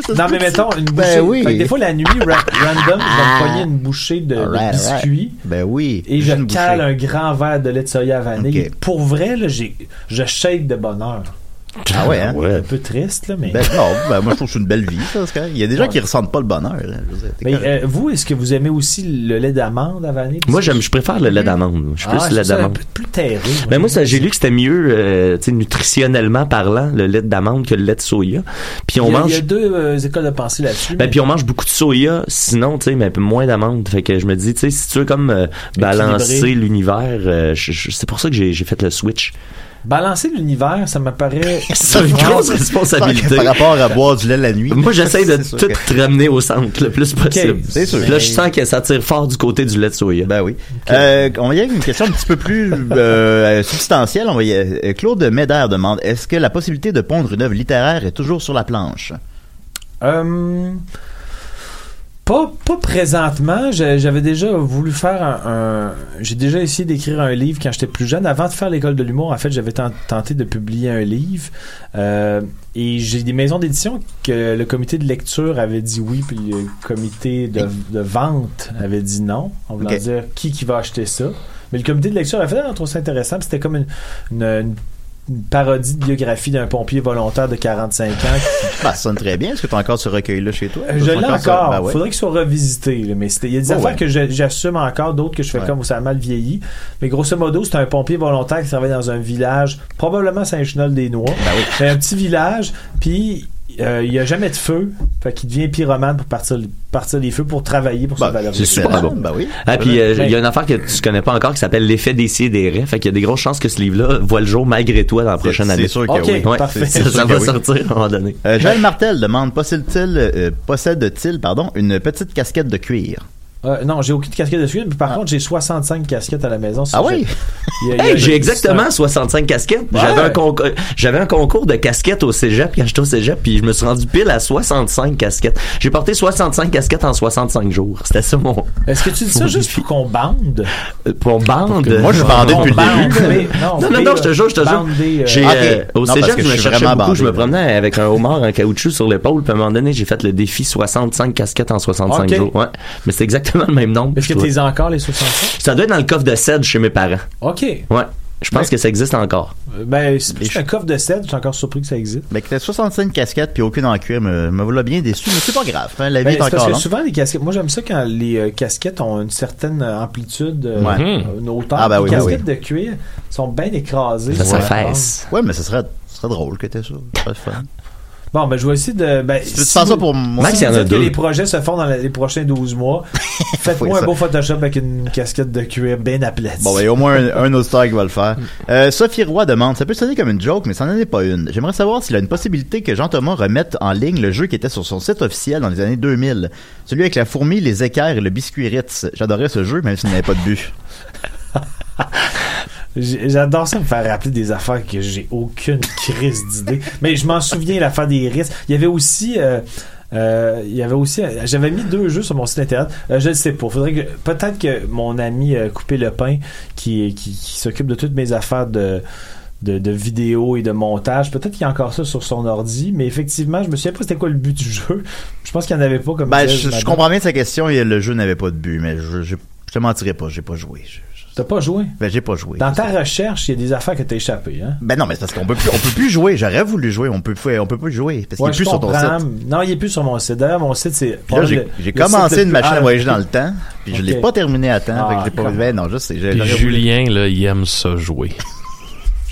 S7: peu. Non, mais mettons une bouchée.
S4: Ben oui.
S7: Fait que des fois, la nuit, ra- random, je vais me pogner une bouchée de, de
S4: Alright, alright.
S7: biscuits.
S4: Ben oui.
S7: Et je
S4: Juste une
S7: cale
S4: bouchée.
S7: un grand verre de lait de soya à vanille.
S4: Ok.
S7: Pour vrai, là, j'ai, je shake de bonheur.
S4: Ah ouais, hein?
S7: Un peu triste, là, mais.
S4: Ben, non, ben, moi, je trouve que c'est une belle vie, ça. c'est correct. Il y a des gens qui ressentent pas le bonheur, là. Je veux dire, t'es
S7: Mais,
S4: correct.
S7: euh, vous, est-ce que vous aimez aussi le lait d'amande à vanille?
S6: Moi, j'aime, je préfère le lait d'amande. Je suis
S7: Ah,
S6: plus lait
S7: ça, un
S6: d'amande.
S7: peu plus terreux. hein.
S6: Ben moi, ça, j'ai lu que c'était mieux, euh, tu sais, nutritionnellement parlant, le lait d'amande que le lait de soya. Puis on
S7: il, y a, il y a
S6: mange,
S7: deux euh, écoles de pensée là-dessus.
S6: ben puis on mange beaucoup de soya, sinon, tu sais, mais moins d'amande. Fait que je me dis, tu sais, si tu veux comme euh, balancer l'univers, euh, je- je- c'est pour ça que j'ai j'ai fait le switch.
S7: Balancer l'univers, ça m'apparaît.
S6: C'est une grosse responsabilité.
S4: Par rapport à boire du lait la nuit.
S6: Moi, j'essaie de
S4: C'est sûr
S6: tout
S4: que-
S6: ramener au centre le plus possible.
S4: c'est sûr.
S6: Puis Là, je sens que ça tire fort du côté du lait de soya.
S4: Ben oui. Euh, on y a une question un petit peu plus euh, substantielle. On va y- euh, Claude Médère demande Est-ce que la possibilité de pondre une œuvre littéraire est toujours sur la planche
S7: Euh, pas, pas présentement. J'ai- J'avais déjà voulu faire un. un- J'ai déjà essayé d'écrire un livre quand j'étais plus jeune. Avant de faire l'école de l'humour, en fait, j'avais ten- tenté de publier un livre. Euh, et j'ai des maisons d'édition que le comité de lecture avait dit oui, puis le comité de, de vente avait dit non. On voulait
S4: Ok.
S7: dire qui qui va acheter ça. Mais le comité de lecture avait fait ah, on trouve ça intéressant. puis C'était comme une, une- une- une parodie de biographie d'un pompier volontaire de 45 ans qui
S4: Ben, ça sonne très bien. Est-ce que tu as encore ce recueil-là chez toi
S7: je l'ai encore.
S4: Ben ouais.
S7: faudrait qu'il soit revisité. là, mais c'était- il y a des
S4: Ouais,
S7: affaires
S4: ouais.
S7: que je- j'assume encore, d'autres que je fais
S4: Ouais.
S7: comme ça a mal vieilli. Mais grosso modo, c'est un pompier volontaire qui travaille dans un village, probablement Saint-Chenol-des-Noix.
S4: Ben
S7: C'est un petit village, puis euh, il n'y a jamais de feu. Fait qu'il devient pyromane pour partir, partir les feux, pour travailler,
S4: Ben,
S7: pour
S4: Bah,
S7: se valoriser.
S6: C'est super bon. Ah, puis euh, il y a une affaire que tu connais pas encore qui s'appelle l'effet des sidérés. Fait qu'il y a des grosses chances que ce livre-là voit le jour malgré toi dans la prochaine
S4: c'est
S6: année.
S4: sûr que oui.
S6: Ouais, Ça,
S4: Parfait. C'est sûr
S6: ça
S4: que
S6: va
S4: oui.
S6: sortir à un moment donné.
S4: Euh, Joël Martel demande possède-t-il euh, possède-t-il pardon une petite casquette de cuir
S7: Euh, non, j'ai aucune casquette dessus, mais
S4: Ah.
S7: par contre, j'ai 65 casquettes à la maison.
S6: Ah oui?
S7: Il y a- il y a-
S6: Hey, j'ai exactement 65 casquettes.
S7: Ouais.
S6: J'avais un, concours- j'avais un concours de casquettes au cégep, quand j'étais au cégep, puis je me suis rendu pile à 65 casquettes. J'ai porté 65 casquettes en 65 jours. C'était ça mon. euh,
S7: Est-ce que tu dis ça juste pour qu'on bande?
S6: Pour on bande?
S4: moi, je bandais depuis
S6: On
S4: le
S6: bande,
S4: début.
S6: mais- Non,
S7: Non,
S6: non, non, je te jure, je te jure.
S7: bandé, euh,
S6: J'ai,
S7: ok.
S6: euh, au
S4: Ah, Non, parce
S6: cégep,
S4: que
S6: je
S4: je
S6: me
S4: suis
S6: cherchais
S4: vraiment
S6: beaucoup.
S4: bandé,
S6: je me
S4: là.
S6: promenais avec un homard en caoutchouc sur l'épaule, puis à un moment donné, j'ai fait le défi 65 casquettes en 65
S7: Ok.
S6: jours. Ouais. Mais c'est exactement le même nombre.
S7: Est-ce que
S6: je
S7: t'es
S6: trouvais.
S7: encore les 65?
S6: Ça doit être dans le coffre de cèdre chez mes parents.
S7: OK.
S6: Ouais. Je pense
S7: Mais-
S6: que ça existe encore.
S7: Euh, Ben, c'est c'est un coffre de cèdre, je suis encore surpris que ça existe.
S4: Ben que t'as 65 casquettes puis aucune en cuir me me voilà bien déçu mais c'est pas grave. hein, la vie
S7: Ben,
S4: est
S7: c'est parce
S4: encore
S7: que
S4: longue.
S7: souvent les casquettes, moi j'aime ça quand les euh, casquettes ont une certaine euh, amplitude, euh,
S4: Ouais.
S7: euh, une hauteur.
S4: Ah, ben
S7: les
S4: oui, ben
S7: casquettes de cuir sont bien écrasées.
S4: Ouais.
S7: sur la
S4: Ouais mais ce serait ce serait drôle que t'aies ça. Ça serait fun.
S7: bande. Bon, ben je vais essayer de. Ben,
S4: Tu fais ça
S7: vous-
S4: pour moi? Max,
S7: si
S4: il y
S7: vous
S4: en a
S7: dites
S4: deux.
S7: que les projets se font dans la- les prochains 12 mois, faites-moi
S4: Oui,
S7: un
S4: ça.
S7: beau Photoshop avec une casquette de cuir bien aplatie.
S4: Bon, ben, il y a au moins un, un auditeur qui va le faire. Euh, Sophie Roy demande, ça peut sonner comme une joke, mais ça n'en est pas une. J'aimerais savoir s'il a une possibilité que Jean-Thomas remette en ligne le jeu qui était sur son site officiel dans les années 2000. Celui avec la fourmi, les équerres et le biscuit Ritz. J'adorais ce jeu, même s'il n'avait pas de but.
S7: J'ai- J'adore ça me faire rappeler des affaires que j'ai aucune crise d'idée. Mais je m'en souviens, l'affaire des risques. Il y avait aussi. euh, euh, il y avait aussi euh, j'avais mis deux jeux sur mon site internet Euh, je ne sais pas faudrait que peut-être que mon ami euh, Coupé Lepin qui qui, qui s'occupe de toutes mes affaires de de, de vidéos et de montage peut-être qu'il y a encore ça sur son ordi mais effectivement je me souviens pas c'était quoi le but du jeu je pense qu'il n'y en avait pas comme
S4: Ben,
S7: disait
S4: je, je
S7: madame.
S4: comprends bien sa question, et le jeu n'avait pas de but, mais je, je, je te mentirais pas, j'ai pas joué. Je- je-
S7: t'as pas joué
S4: ben, j'ai pas joué.
S7: dans ta recherche il y a des affaires que t'as échappé hein
S4: Ben non, mais c'est parce qu'on peut plus, on peut plus jouer. J'aurais voulu jouer, on peut, plus- on peut plus jouer. Parce qu'il
S7: Ouais,
S4: est
S7: je
S4: plus sur ton
S7: comprends.
S4: site.
S7: Non, il est plus sur mon site. D'ailleurs, mon site, Ah, c'est.
S4: Puis là, j'ai- j'ai commencé une machine à voyager dans le temps, puis je l'ai
S7: Ok.
S4: pas terminé à temps, fait que
S7: Ah,
S4: j'ai pas
S7: come
S4: ben non, je sais, j'ai-
S9: Puis
S4: j'aurais voulu.
S9: Julien, là, il aime ça jouer.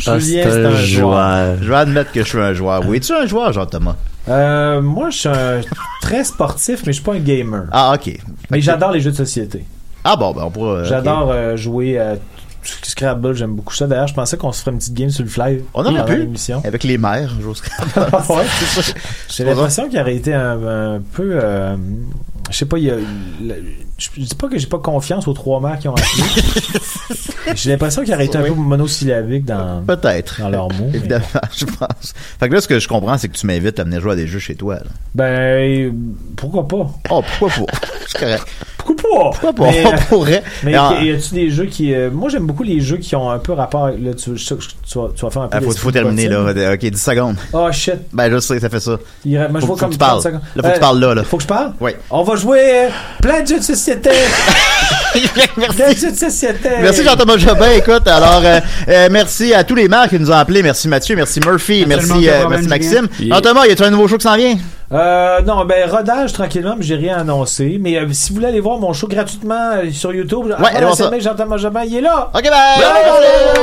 S4: Ah, Je vais admettre que je suis un joueur. Oui, es-tu un joueur, Jean-Thomas?
S7: Euh, moi, je suis un- très sportif, mais je suis pas un gamer.
S4: Ah, ok.
S7: Mais j'adore les jeux de société.
S4: Ah bon, ben on pourra. euh,
S7: J'adore
S4: ok.
S7: euh, jouer à Scrabble, j'aime beaucoup ça. D'ailleurs, je pensais qu'on se ferait une petite game sur le fly.
S4: On aurait
S7: pendant
S4: pu,
S7: l'émission.
S4: avec les mères, j'ose
S7: Ouais, c'est ça. J'ai l'impression qu'il aurait été un, un peu. euh, je sais pas, il y a- je, je dis pas que j'ai pas confiance aux trois mères qui ont appelé. j'ai l'impression qu'ils auraient été un peu monosyllabiques dans.
S4: Peut-être.
S7: Dans leurs mots.
S4: Évidemment, je pense. Fait que là, ce que je comprends, c'est que tu m'invites à venir jouer à des jeux chez toi. là.
S7: Ben, pourquoi pas?
S4: Oh, pourquoi pas? C'est correct.
S7: Pourquoi pas?
S4: Pourquoi pas? On pourrait.
S7: Mais
S4: Mais en-
S7: y a-tu des jeux qui. euh, moi, j'aime beaucoup les jeux qui ont un peu rapport. avec- Là, tu, je sais que tu vas, tu vas faire un peu.
S4: Ah, faut,
S7: d'esprit
S4: faut
S7: de
S4: terminer,
S7: bottine.
S4: là. Ok, 10 secondes.
S7: Oh shit.
S4: Ben, je sais, ça fait ça.
S7: Il reste- moi, je
S4: Faut-
S7: vois
S4: faut
S7: comme
S4: que tu parles.
S7: 30
S4: Là, faut que tu parles là, là.
S7: Faut que je parle?
S4: Oui.
S7: On va jouer euh, plein de jeux de société. Merci. Plein de jeux de société.
S4: Merci Jean-Thomas Jobin. Écoute, alors euh, euh, merci à tous les maires qui nous ont appelés. Merci Mathieu, merci Murphy,
S7: Absolument,
S4: merci,
S7: pas de
S4: euh,
S7: problème,
S4: merci Maxime.
S7: Julien.
S4: Jean-Thomas, y a-t-il un nouveau show qui s'en vient?
S7: Euh, non, ben, rodage tranquillement, mais j'ai rien annoncé. Mais euh, si vous voulez aller voir mon show gratuitement euh, sur YouTube,
S4: allez voir ça.
S7: Jean-Thomas Jobin, il est là.
S4: OK, bye.
S7: bye.